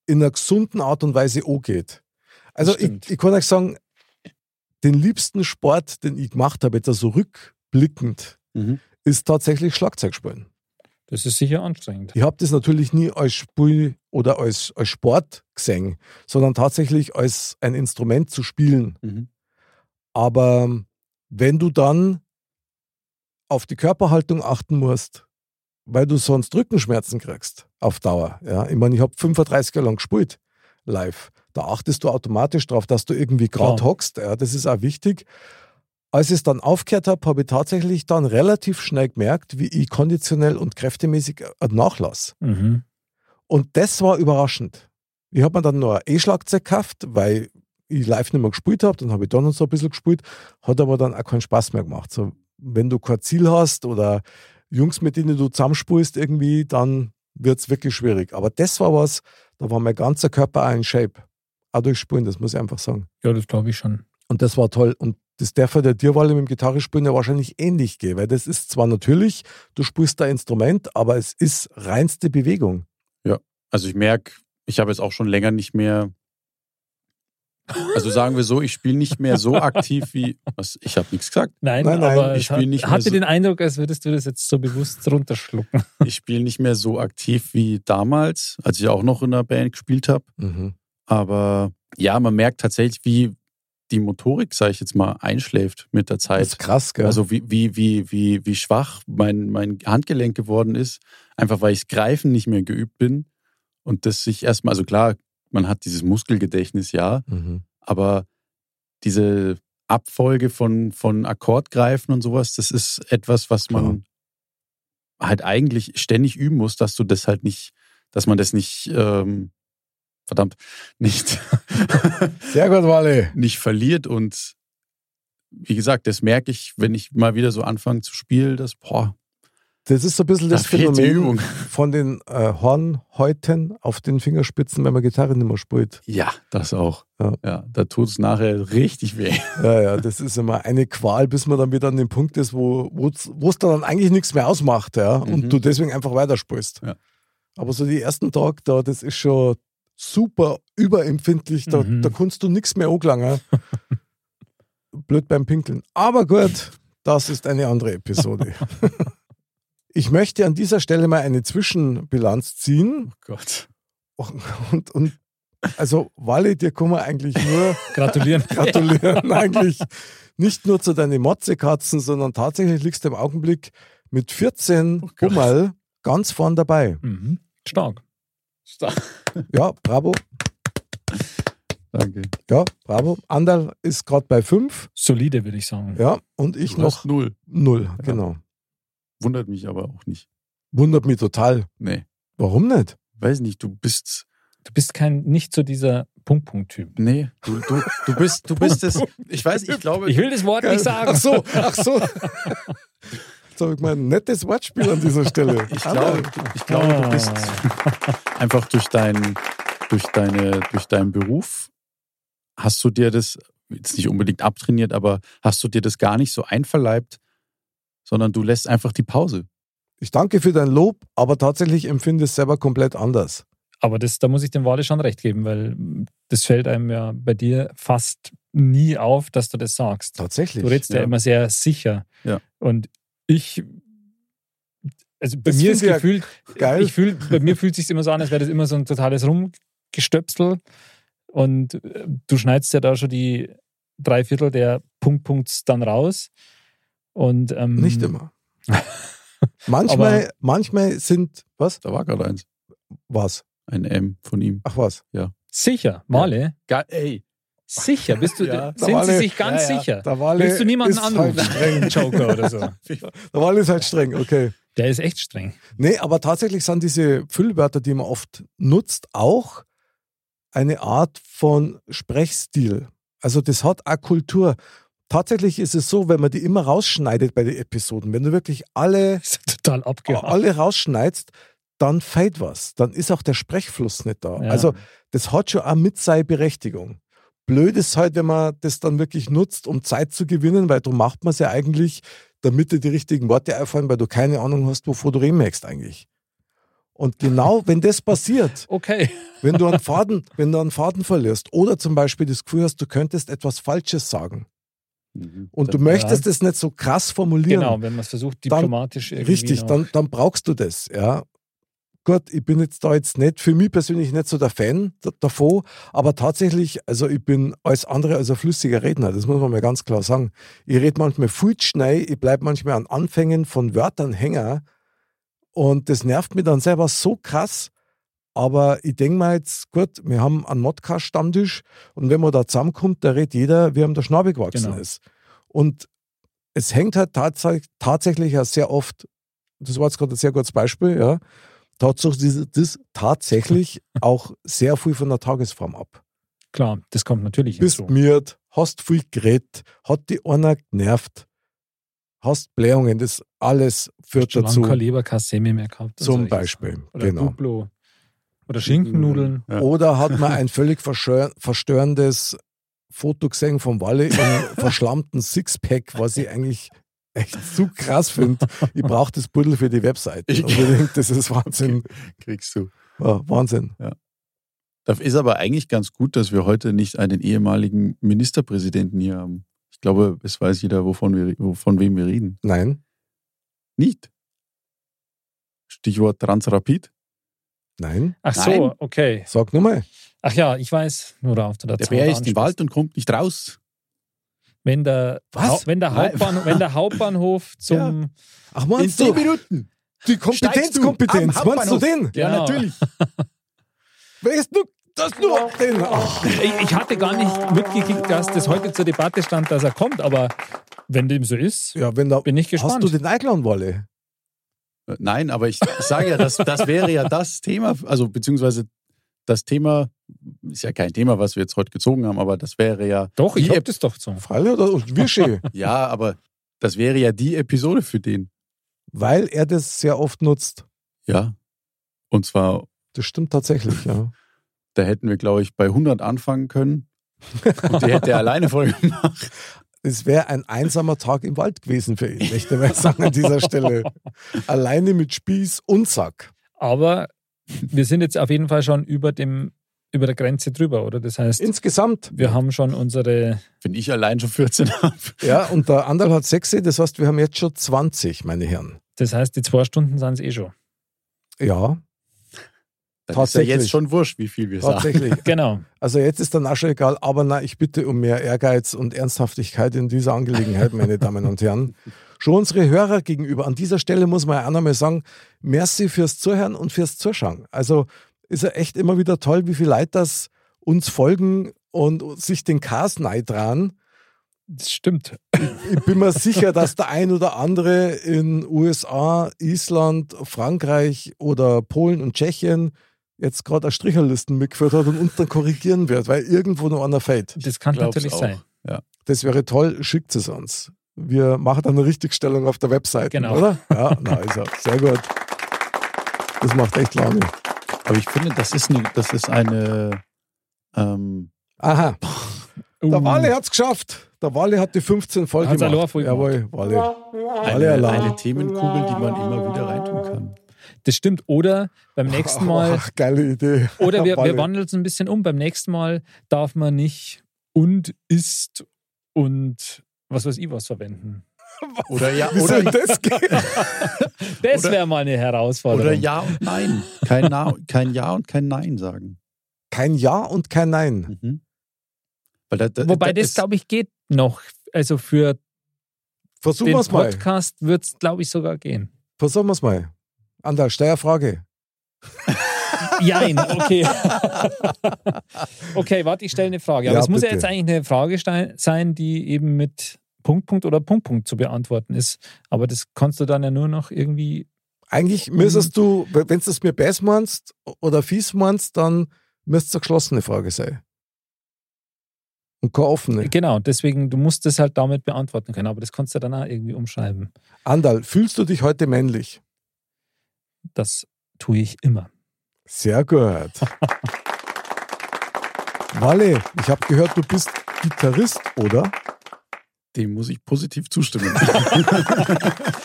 A: in einer gesunden Art und Weise angeht. Also
B: Das
A: ich,
B: stimmt.
A: ich kann euch sagen, den liebsten Sport, den ich gemacht habe, jetzt so rückblickend,
D: Mhm.
A: ist tatsächlich Schlagzeugspielen.
B: das ist sicher anstrengend.
A: Ich habe das natürlich nie als Spiel oder als, als Sport gesehen, sondern tatsächlich als ein Instrument zu spielen.
D: Mhm.
A: Aber wenn du dann auf die Körperhaltung achten musst, weil du sonst Rückenschmerzen kriegst auf Dauer. Ja? Ich meine, ich habe 35 Jahre lang gespielt live. Da achtest du automatisch drauf, dass du irgendwie gerade
B: Klar.
A: hockst. Ja, das ist auch wichtig. Als ich es dann aufgehört habe, habe ich tatsächlich dann relativ schnell gemerkt, wie ich konditionell und kräftemäßig einen nachlass.
B: Mhm.
A: Und das war überraschend. Ich habe mir dann noch ein E-Schlagzeug gekauft, weil ich live nicht mehr gespielt habe. Dann habe ich da noch so ein bisschen gespielt, hat aber dann auch keinen Spaß mehr gemacht. So, wenn du kein Ziel hast oder Jungs, mit denen du zusammenspulst irgendwie, dann wird es wirklich schwierig. Aber das war was, da war mein ganzer Körper auch in Shape. Auch durch Spulen, das muss ich einfach sagen.
B: Ja, das glaube ich schon.
A: Und das war toll. Und das darf ja der Dirwalle mit dem Gitarrespielen ja wahrscheinlich ähnlich gehen, weil das ist zwar natürlich, du spielst da Instrument, aber es ist reinste Bewegung.
D: Also ich merke, ich habe jetzt auch schon länger nicht mehr. Also sagen wir so, ich spiele nicht mehr so aktiv wie. Was, ich habe nichts gesagt.
B: Nein,
A: Nein, nein,
B: aber
D: ich
B: ich
D: spiel
B: hat,
D: nicht mehr
B: hatte
D: so-
B: den Eindruck, als würdest du das jetzt so bewusst runterschlucken.
D: Ich spiele nicht mehr so aktiv wie damals, als ich auch noch in der Band gespielt habe.
A: Mhm.
D: Aber ja, man merkt tatsächlich, wie die Motorik, sage ich jetzt mal, einschläft mit der
A: Das
D: Zeit.
A: ist krass, gell?
D: Also wie, wie, wie, wie, wie schwach mein, mein Handgelenk geworden ist, einfach weil ich Greifen nicht mehr geübt bin. Und das sich erstmal, also klar, man hat dieses Muskelgedächtnis, ja,
A: Mhm.
D: aber diese Abfolge von, von Akkordgreifen und sowas, das ist etwas, was man halt eigentlich ständig üben muss, dass du das halt nicht, dass man das nicht, ähm, verdammt, nicht,
A: Sehr gut, Wally.
D: nicht verliert. Und wie gesagt, das merke ich, wenn ich mal wieder so anfange zu spielen, dass, boah,
A: Das ist so ein bisschen das
D: Da fehlt die
A: Phänomen
D: Übung.
A: von den äh, Hornhäuten auf den Fingerspitzen, wenn man Gitarre nicht mehr spielt.
D: ja, das auch.
A: Ja.
D: Ja, da tut es nachher richtig weh.
A: Ja, ja, das ist immer eine Qual, bis man dann wieder an dem Punkt ist, wo wo es dann eigentlich nichts mehr ausmacht, ja,
D: Mhm.
A: und du deswegen einfach weiterspielst.
D: Ja.
A: Aber so die ersten Tage da, das ist schon super überempfindlich, da,
B: Mhm.
A: da kannst du nichts mehr angelangen. Blöd beim Pinkeln. Aber gut, das ist eine andere Episode. Ich möchte an dieser Stelle mal eine Zwischenbilanz ziehen.
D: Oh Gott.
A: Und, und also, Wally, dir kann man eigentlich nur
B: Gratulieren.
A: gratulieren eigentlich nicht nur zu deinen Motzekatzen, sondern tatsächlich liegst du im Augenblick mit 14
D: Oh Gott.
A: Hummel ganz vorn dabei.
B: Mhm. Stark.
D: Stark.
A: Ja, bravo.
D: Danke.
A: Ja, bravo. Andal ist gerade bei 5.
B: Solide, würde ich sagen.
A: Ja, und ich
D: Du
A: noch
D: hast null.
A: 0. Genau.
D: Wundert mich aber auch nicht.
A: Wundert mich total.
D: Nee.
A: Warum nicht?
D: Weiß nicht, du bist.
B: Du bist kein, nicht so dieser Punkt-Punkt-Typ.
D: Nee. Du, du, du bist, du bist es. Ich weiß, ich glaube.
B: Ich will das Wort nicht sagen.
A: Ach so, ach so. Jetzt habe ich mal ein nettes Wortspiel an dieser Stelle.
D: Ich glaube, ich glaube, du bist einfach durch deinen, durch deine, durch deinen Beruf hast du dir das jetzt nicht unbedingt abtrainiert, aber hast du dir das gar nicht so einverleibt, sondern du lässt einfach die Pause.
A: Ich danke für dein Lob, aber tatsächlich empfinde ich es selber komplett anders.
B: Aber das, da muss ich dem Wale schon recht geben, weil das fällt einem ja bei dir fast nie auf, dass du das sagst.
A: Tatsächlich.
B: Du redest ja,
D: ja.
B: immer sehr sicher.
D: Ja.
B: Und ich, also bei
A: Das
B: mir
A: finde
B: ist
A: ich ja
B: gefühlt,
A: geil.
B: Ich fühl, bei mir fühlt es sich immer so an, als wäre das immer so ein totales Rumgestöpsel. Und äh, du schneidest ja da schon die drei Viertel der Punkt-Punkts dann raus. Und, ähm,
A: Nicht immer. manchmal,
B: Aber-
A: manchmal sind, was?
D: Da war gerade eins.
A: Was?
D: Ein M von ihm.
A: Ach was.
B: Sicher, Wale.
D: Geil, ey.
B: Sicher, bist du,
D: Ja,
B: sind
A: Wale.
B: sie sich ganz
D: Ja, ja.
B: sicher?
A: Der Wale
B: Willst du niemanden
A: ist
B: anrufen?
A: Halt streng.
B: Joker oder so.
A: Der Wale ist halt streng, okay.
B: Der ist echt streng.
A: Nee, aber tatsächlich sind diese Füllwörter, die man oft nutzt, auch eine Art von Sprechstil. Also das hat auch Kultur. Tatsächlich ist es so, wenn man die immer rausschneidet bei den Episoden, wenn du wirklich alle,
B: Ist total abgehakt.
A: alle rausschneidest, dann fehlt was. Dann ist auch der Sprechfluss nicht da.
B: Ja.
A: Also das hat schon auch mit seine Berechtigung. Blöd ist halt, wenn man das dann wirklich nutzt, um Zeit zu gewinnen, weil du macht man es ja eigentlich, damit dir die richtigen Worte einfallen, weil du keine Ahnung hast, wovor du reden möchtest eigentlich. Und genau, wenn das passiert,
B: Okay.
A: wenn du einen Faden, wenn du einen Faden verlierst oder zum Beispiel das Gefühl hast, du könntest etwas Falsches sagen
D: Mhm.
A: und du möchtest es nicht so krass formulieren,
B: Genau, wenn man es versucht, diplomatisch irgendwie.
A: Richtig,
B: noch-
A: dann, dann brauchst du das, ja. Gut, ich bin jetzt da jetzt nicht, für mich persönlich nicht so der Fan d- davon, aber tatsächlich, also ich bin alles andere als ein flüssiger Redner, das muss man mal ganz klar sagen. Ich rede manchmal viel zu schnell, ich bleibe manchmal an Anfängen von Wörtern hänger und das nervt mich dann selber so krass, aber ich denke mal jetzt, gut, wir haben einen Modcast-Stammtisch und wenn man da zusammenkommt, da redet jeder, wie ihm der Schnabel gewachsen
B: Genau.
A: ist. Und es hängt halt tatsächlich, tatsächlich ja sehr oft, das war jetzt gerade ein sehr gutes Beispiel, ja, tatsächlich, diese- das tatsächlich auch sehr viel von der Tagesform ab.
B: Klar, das kommt natürlich
A: Bist
B: hinzu.
A: miert, hast viel geredet, hat die einer genervt, hast Blähungen, das alles führt
B: Schon lange
A: dazu.
B: kein Leberkassemi mehr gehabt. also und
A: Zum
B: solche
A: Beispiel,
B: Sachen. Oder
A: genau.
B: Duplo. Oder Schinkennudeln.
D: Ja.
A: Oder hat man ein völlig verschör- verstörendes Foto gesehen vom Walle im verschlammten Sixpack, was ich eigentlich echt zu krass finde. Ich brauche das Buddel für die Webseite.
D: Ich-
A: Unbedingt, das ist Wahnsinn.
D: Kriegst du.
A: Ja, Wahnsinn.
D: Das ist aber eigentlich ganz gut, dass wir heute nicht einen ehemaligen Ministerpräsidenten hier haben. Ich glaube, es weiß jeder, wovon wir, wo- von wem wir reden.
A: Nein,
D: Nicht. Stichwort Transrapid.
A: nein.
B: Ach so,
D: Nein.
B: okay.
A: Sag nur mal.
B: Ach ja, ich weiß, worauf du da
D: Der
B: jetzt
D: Bär
B: gerade
D: ist im
B: ansprichst.
D: Wald und kommt nicht raus.
B: Wenn der,
A: Was?
B: Hau- wenn der,
D: Nein.
B: Hauptbahnhof, wenn der Hauptbahnhof zum.
A: Ach,
D: In
A: meinst
D: zehn
A: du?
D: Minuten.
A: Die
D: steigst du
A: Kompetenzkompetenz.
D: am
A: Meinst du den?
B: Ja. Genau.
A: Weißt du, das nur auf den. Ach,
B: Ich, ich hatte gar nicht mitgekriegt, dass das heute zur Debatte stand, dass er kommt, aber wenn dem so ist,
A: ja, wenn da,
B: bin ich
A: hast
B: gespannt.
A: du den eingeladen, Walle?
D: Äh, Nein, aber ich, ich sage ja, das, das wäre ja das Thema, also beziehungsweise das Thema ist ja kein Thema, was wir jetzt heute gezogen haben, aber das wäre ja,
B: doch,
D: Die
B: ich hab
D: App-
B: das doch so.
A: Freilich oder und wir schön?
D: ja, aber das wäre ja die Episode für den.
A: Weil er das sehr oft nutzt.
D: Ja. Und zwar
A: Das stimmt tatsächlich, ja.
D: Da hätten wir, glaube ich, bei 100 anfangen können. Und die hätte er alleine voll gemacht.
A: Es wäre ein einsamer Tag im Wald gewesen für ihn, möchte ich sagen an dieser Stelle. Alleine mit Spieß und Sack.
B: Aber wir sind jetzt auf jeden Fall schon über, dem, über der Grenze drüber, oder? Das heißt,
A: Insgesamt,
B: wir haben schon unsere.
D: Wenn ich allein schon 14 habe.
A: ja, und der Anderl hat sechs, das heißt, wir haben jetzt schon 20, meine Herren.
B: Das heißt, die zwei Stunden sind es eh schon.
A: Ja,
D: Dann ist ja
A: Tatsächlich.
D: jetzt schon wurscht, wie viel wir sagen.
A: tatsächlich.
B: Genau.
A: Also jetzt ist dann auch schon egal, aber na, ich bitte um mehr Ehrgeiz und Ernsthaftigkeit in dieser Angelegenheit, meine Damen und Herren. Schon unsere Hörer gegenüber. An dieser Stelle muss man ja auch nochmal sagen, merci fürs Zuhören und fürs Zuschauen. Also ist ja echt immer wieder toll, wie viele Leute das uns folgen und sich den Cars neid dran.
F: Das stimmt.
A: Ich bin mir sicher, dass der ein oder andere in USA, Island, Frankreich oder Polen und Tschechien jetzt gerade eine Stricherlisten mitgeführt hat und uns dann korrigieren wird, weil irgendwo noch einer fällt.
B: Das kann
D: Glaub's
B: natürlich
D: auch.
B: sein.
D: Ja.
A: Das wäre toll, schickt es uns. Wir machen dann eine Richtigstellung auf der Webseite,
B: Genau.
A: oder? Ja, na also, sehr gut. Das macht echt Laune.
D: Aber ich finde, das ist eine, das ist eine ähm,
A: Aha, der
B: Uh,
A: Wale hat es geschafft. Der Wale hat die 15 voll
B: Hat's ein Lohr
A: gemacht.
B: voll
A: Jawohl, Wale.
D: eine,
A: allein.
D: eine Themenkugel, die man immer wieder reintun kann.
B: Das stimmt. Oder beim nächsten
A: Oh,
B: Mal,
A: Ach, geile Idee.
B: oder wir,
A: Wale.
B: wir wandeln es ein bisschen um. Beim nächsten Mal darf man nicht und ist und was weiß ich was verwenden.
D: Oder ja,
A: Wie soll
D: oder,
A: das gehen?
B: Das
D: Oder-
B: wäre mal eine Herausforderung.
D: oder ja und nein. Kein, Na, kein Ja und kein Nein sagen.
A: Kein Ja und kein Nein.
D: Mhm. Weil da, da,
B: Wobei
D: da
B: das, glaube ich, geht noch. Also für
A: Versuchen
B: den
A: wir es mal.
B: Podcast wird es, glaube ich, sogar gehen.
A: Versuchen wir es mal. Andal, Steuerfrage.
B: Jein, okay. okay, warte, ich stelle eine Frage. Aber
A: Ja,
B: es muss ja
A: bitte.
B: jetzt eigentlich eine Frage stein- sein, die eben mit Punkt, Punkt oder Punkt, Punkt zu beantworten ist. Aber das kannst du dann ja nur noch irgendwie.
A: Eigentlich
B: Mhm.
A: müsstest du, wenn du es mir besser meinst oder fies meinst, dann müsste es eine geschlossene Frage sein. Und keine offene.
B: Genau, deswegen, du musst das halt damit beantworten können. Aber das kannst du dann auch irgendwie umschreiben.
A: Andal, fühlst du dich heute männlich?
B: Das tue ich immer.
A: Sehr gut. Walle, ich habe gehört, du bist Gitarrist, oder?
D: dem muss ich positiv zustimmen.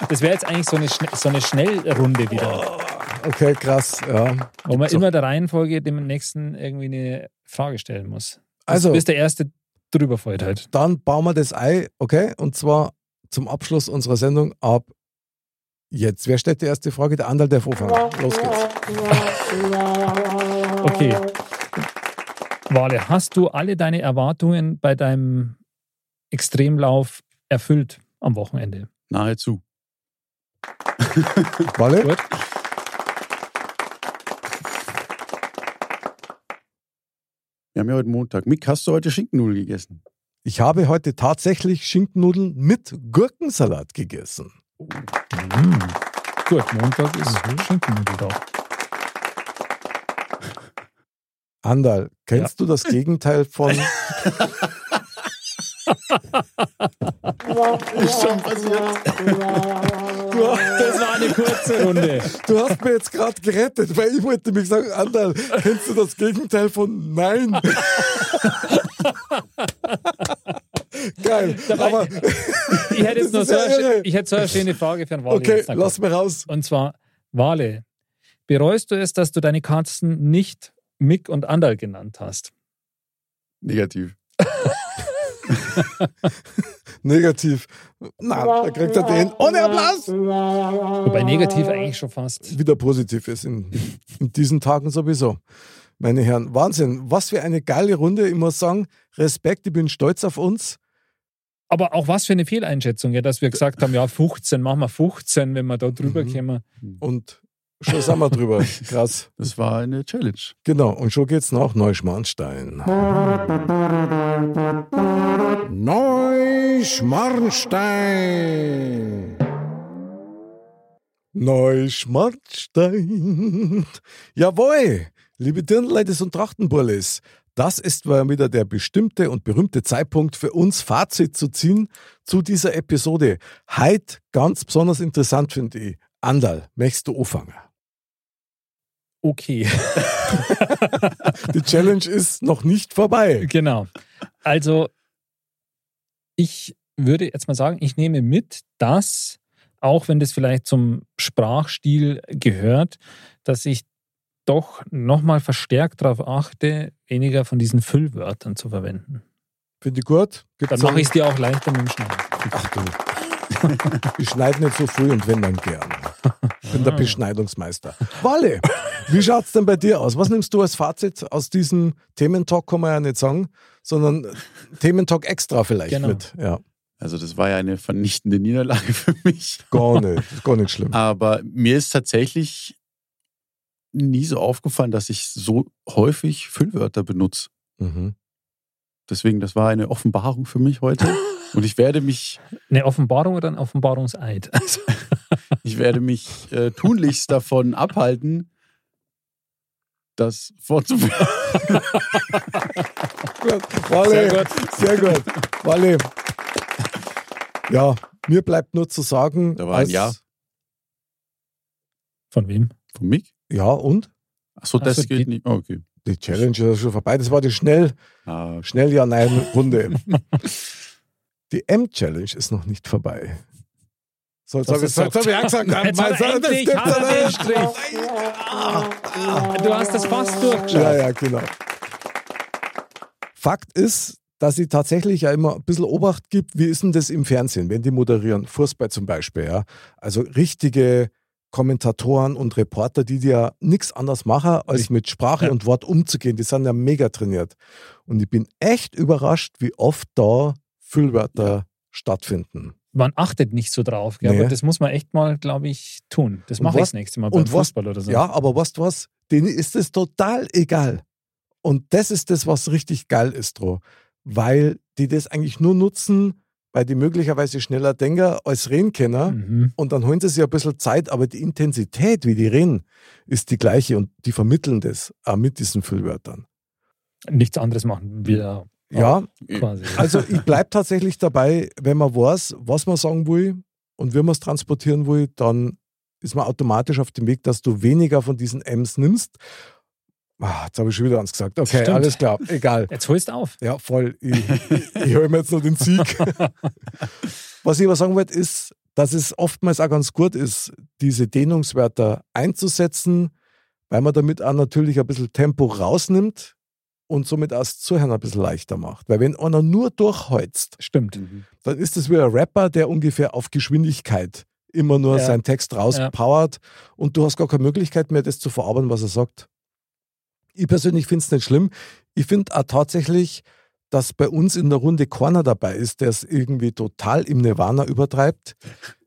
B: Das wäre jetzt eigentlich so eine, Schne- so eine Schnellrunde wieder,
A: Okay, krass. Ja.
B: wo man
D: So.
B: immer der Reihenfolge dem nächsten irgendwie eine Frage stellen muss.
A: Also,
B: Bis der erste drüber fällt halt.
A: dann bauen wir das Ei, okay? Und zwar zum Abschluss unserer Sendung ab jetzt. Wer stellt die erste Frage? Der Andal darf anfangen. Los geht's.
B: Okay. Wale, hast du alle deine Erwartungen bei deinem Extremlauf erfüllt am Wochenende?
D: Nahezu.
A: Walle?
B: Gut.
D: Wir haben ja heute Montag. Mick, hast du heute Schinkennudeln gegessen?
A: Ich habe heute tatsächlich Schinkennudeln mit Gurkensalat gegessen.
B: Gut, Montag ist Schinkennudel da.
A: Andal, kennst du das Gegenteil von
D: Ist schon passiert.
B: Oh, Das war eine kurze Runde.
A: Du hast mir jetzt gerade gerettet, weil ich wollte mich sagen, Andal, kennst du das Gegenteil von Nein? Geil,
B: Dabei-
A: aber
B: Ich hätte
A: Das
B: jetzt nur
A: ist
B: so,
A: ja
B: eine,
A: irre.
B: schö- ich hätte so eine schöne Frage für einen Wale.
A: okay,
B: jetzt noch
A: lass mir raus.
B: Und zwar, Wale, bereust du es, dass du deine Katzen nicht Mick und Andal genannt hast?
D: Negativ.
A: Negativ. Na, da kriegt er den ohne Applaus.
B: Wobei negativ eigentlich schon fast.
A: Wieder positiv ist in, in diesen Tagen sowieso. Meine Herren, Wahnsinn, was für eine geile Runde. Ich muss sagen, Respekt, ich bin stolz auf uns.
B: Aber auch was für eine Fehleinschätzung, ja, dass wir gesagt haben, ja, 15, machen wir 15, wenn wir da drüber
A: Mhm.
B: kämen.
A: Und schon sind wir drüber. Krass.
D: Das war eine Challenge.
A: Genau, und schon geht's nach Neuschmarnstein.
E: Neuschmarnstein.
A: Neuschmarnstein. Jawohl, liebe Dirndleites und Trachtenburles, das ist mal wieder der bestimmte und berühmte Zeitpunkt für uns Fazit zu ziehen zu dieser Episode. Heit ganz besonders interessant finde ich. Andal, möchtest du anfangen?
B: Okay,
A: Die Challenge ist noch nicht vorbei.
B: genau. Also, ich würde jetzt mal sagen, ich nehme mit, dass, auch wenn das vielleicht zum Sprachstil gehört, dass ich doch nochmal verstärkt darauf achte, weniger von diesen Füllwörtern zu verwenden.
A: Finde ich gut. Gibt's
B: Dann
A: einen-
B: mache ich es dir auch leichter mit dem Schneiden.
A: Ach du. Ich schneide nicht so früh und wenn dann gern. Ich bin der Beschneidungsmeister. Walle, wie schaut's denn bei dir aus? Was nimmst du als Fazit aus diesem Thementalk, kann man ja nicht sagen, sondern Thementalk extra vielleicht
B: Genau.
A: mit. Ja,
D: Also das war ja eine vernichtende Niederlage für mich.
A: gar nicht, gar nicht schlimm.
D: Aber mir ist tatsächlich nie so aufgefallen, dass ich so häufig Füllwörter benutze.
A: Mhm.
D: Deswegen, das war eine Offenbarung für mich heute. Und ich werde mich,
B: Eine Offenbarung oder ein Offenbarungseid? Also,
D: ich werde mich äh, tunlichst davon abhalten, das vorzuführen.
A: Gut. Walle,
B: Sehr
A: sehr gut. Sehr gut. Walle. Ja, mir bleibt nur zu sagen.
D: Da war ein
A: als-
D: Ja.
B: von wem?
D: Von mich?
A: Ja, und?
D: Achso,
B: Ach
D: das
B: so,
D: geht
B: geht-
D: nicht. Oh, okay.
A: Die Challenge ist schon vorbei. Das war die schnell,
D: Ah,
A: schnell Ja-Nein-Runde. die M-Challenge ist noch nicht vorbei. So, jetzt
B: Das
A: habe ich,
B: ist
A: so, jetzt
B: doch-
A: hab ich auch gesagt, nein,
B: Jetzt
A: mein
B: hat er
A: Sohn, das
B: endlich-
A: gibt's
B: hat er den
A: doch nicht.
B: Strich. Du hast das fast durchgeschaut.
A: Ja, ja, genau. Fakt ist, dass sie tatsächlich ja immer ein bisschen Obacht gibt, wie ist denn das im Fernsehen, wenn die moderieren, Fußball zum Beispiel, ja. Also richtige Kommentatoren und Reporter, die dir ja nichts anderes machen, als mit Sprache
B: Ja.
A: und Wort umzugehen, die sind ja mega trainiert. Und ich bin echt überrascht, wie oft da Füllwörter stattfinden.
B: Man achtet nicht so drauf, gell?
A: Nee.
B: aber das muss man echt mal, glaube ich, tun. Das
A: Und
B: mache ich
A: was-
B: das nächste Mal beim
A: und was-
B: Fußball oder so.
A: Ja, aber weißt du was? Denen ist es total egal. Und das ist das, was richtig geil ist, Dro. Weil die das eigentlich nur nutzen, weil die möglicherweise schneller denken als Rehnkenner.
B: Mhm.
A: Und dann holen sie sich ein bisschen Zeit, aber die Intensität, wie die reden, ist die gleiche und die vermitteln das auch mit diesen Füllwörtern.
B: Nichts anderes machen wir
A: Ja,
B: quasi.
A: also ich bleibe tatsächlich dabei, wenn man weiß, was man sagen will und wie man es transportieren will, dann ist man automatisch auf dem Weg, dass du weniger von diesen M's nimmst. Ah, jetzt habe ich schon wieder eins gesagt. Okay,
B: Stimmt.
A: alles klar, egal.
B: Jetzt holst du auf.
A: Ja, voll. Ich, ich, ich höre mir jetzt noch den Sieg. Was ich aber sagen wollte, ist, dass es oftmals auch ganz gut ist, diese Dehnungswörter einzusetzen, weil man damit auch natürlich ein bisschen Tempo rausnimmt und somit auch das Zuhören ein bisschen leichter macht. Weil wenn einer nur durchheuzt,
B: Stimmt.
A: dann ist es wie ein Rapper, der ungefähr auf Geschwindigkeit immer nur
B: Ja.
A: seinen Text rauspowert und du hast gar keine Möglichkeit mehr, das zu verarbeiten, was er sagt. Ich persönlich finde es nicht schlimm. Ich finde auch tatsächlich, dass bei uns in der Runde keiner dabei ist, der es irgendwie total im Nirvana übertreibt.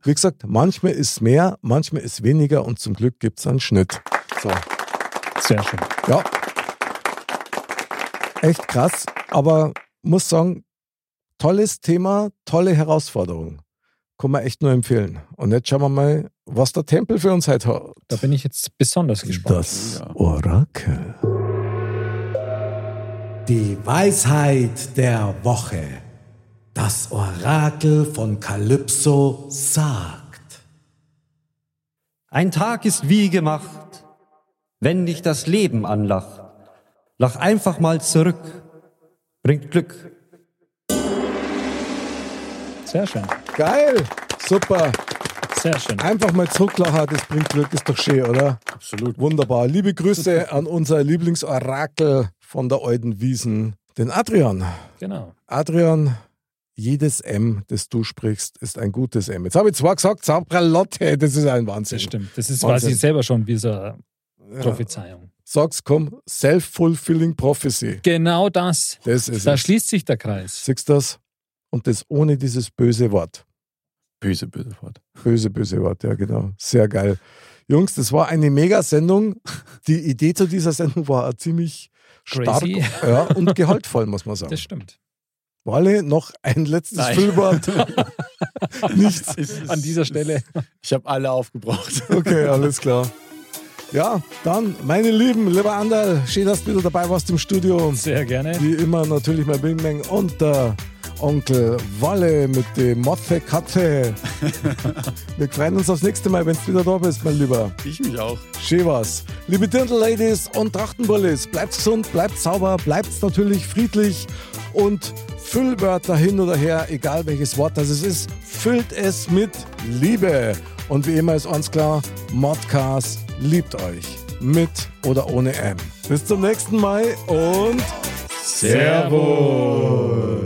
A: Wie gesagt, manchmal ist mehr, manchmal ist weniger und zum Glück gibt es einen Schnitt. So.
B: Sehr schön.
A: Ja. Echt krass, aber muss sagen, tolles Thema, tolle Herausforderung. Kann man echt nur empfehlen. Und jetzt schauen wir mal, was der Tempel für uns heute hat.
B: Da bin ich jetzt besonders gespannt.
A: das
D: Ja.
A: Orakel.
E: Die Weisheit der Woche. Das Orakel von Kalypso sagt.
F: Ein Tag ist wie gemacht, wenn dich das Leben anlacht. Lach einfach mal zurück, bringt Glück.
B: Sehr schön.
A: Geil, super.
B: Sehr schön.
A: Einfach mal zurücklachen, das bringt Glück, ist doch schön, oder?
D: absolut.
A: Wunderbar. Liebe Grüße an unser Lieblingsorakel von der Alten Wiesen, den Adrian.
B: Genau.
A: Adrian, jedes M, das du sprichst, ist ein gutes M. Jetzt habe ich zwar gesagt, Zabralotte, das ist ein Wahnsinn.
B: Das stimmt. Das ist
A: Wahnsinn.
B: quasi selber schon wie so eine
A: Ja.
B: Prophezeiung.
A: Sag's, komm, Self-Fulfilling Prophecy.
B: Genau das.
A: Das ist
B: Da
A: es.
B: schließt sich der Kreis.
A: Siehst das? Und das ohne dieses böse Wort.
D: Böse, böse Wort.
A: Böse, böse Wort, ja genau. Sehr geil. Jungs, das war eine Mega-Sendung. Die Idee zu dieser Sendung war ziemlich stark
B: Crazy.
A: ja, und gehaltvoll, muss man sagen.
B: Das stimmt.
A: Walle, noch ein letztes
D: Nein.
A: Füllwort. Nichts.
B: An dieser Stelle.
D: Ich habe alle aufgebraucht.
A: Okay, alles klar. Ja, dann, meine Lieben, lieber Anderl, schön, dass du wieder dabei warst im Studio.
B: Sehr gerne.
A: Wie immer natürlich mein Bing Bang und der Onkel Walle mit dem Moffe Katze. Wir freuen uns aufs nächste Mal, wenn du wieder da bist, mein Lieber.
D: Ich mich auch.
A: Schön war's. Liebe Dirndl-Ladies und Trachtenbullis, bleibt gesund, bleibt sauber, bleibt natürlich friedlich und Füllwörter hin oder her, egal welches Wort das es ist, füllt es mit Liebe. Und wie immer ist uns klar, Modcast liebt euch. Mit oder ohne M. Bis zum nächsten Mal und
B: Servus.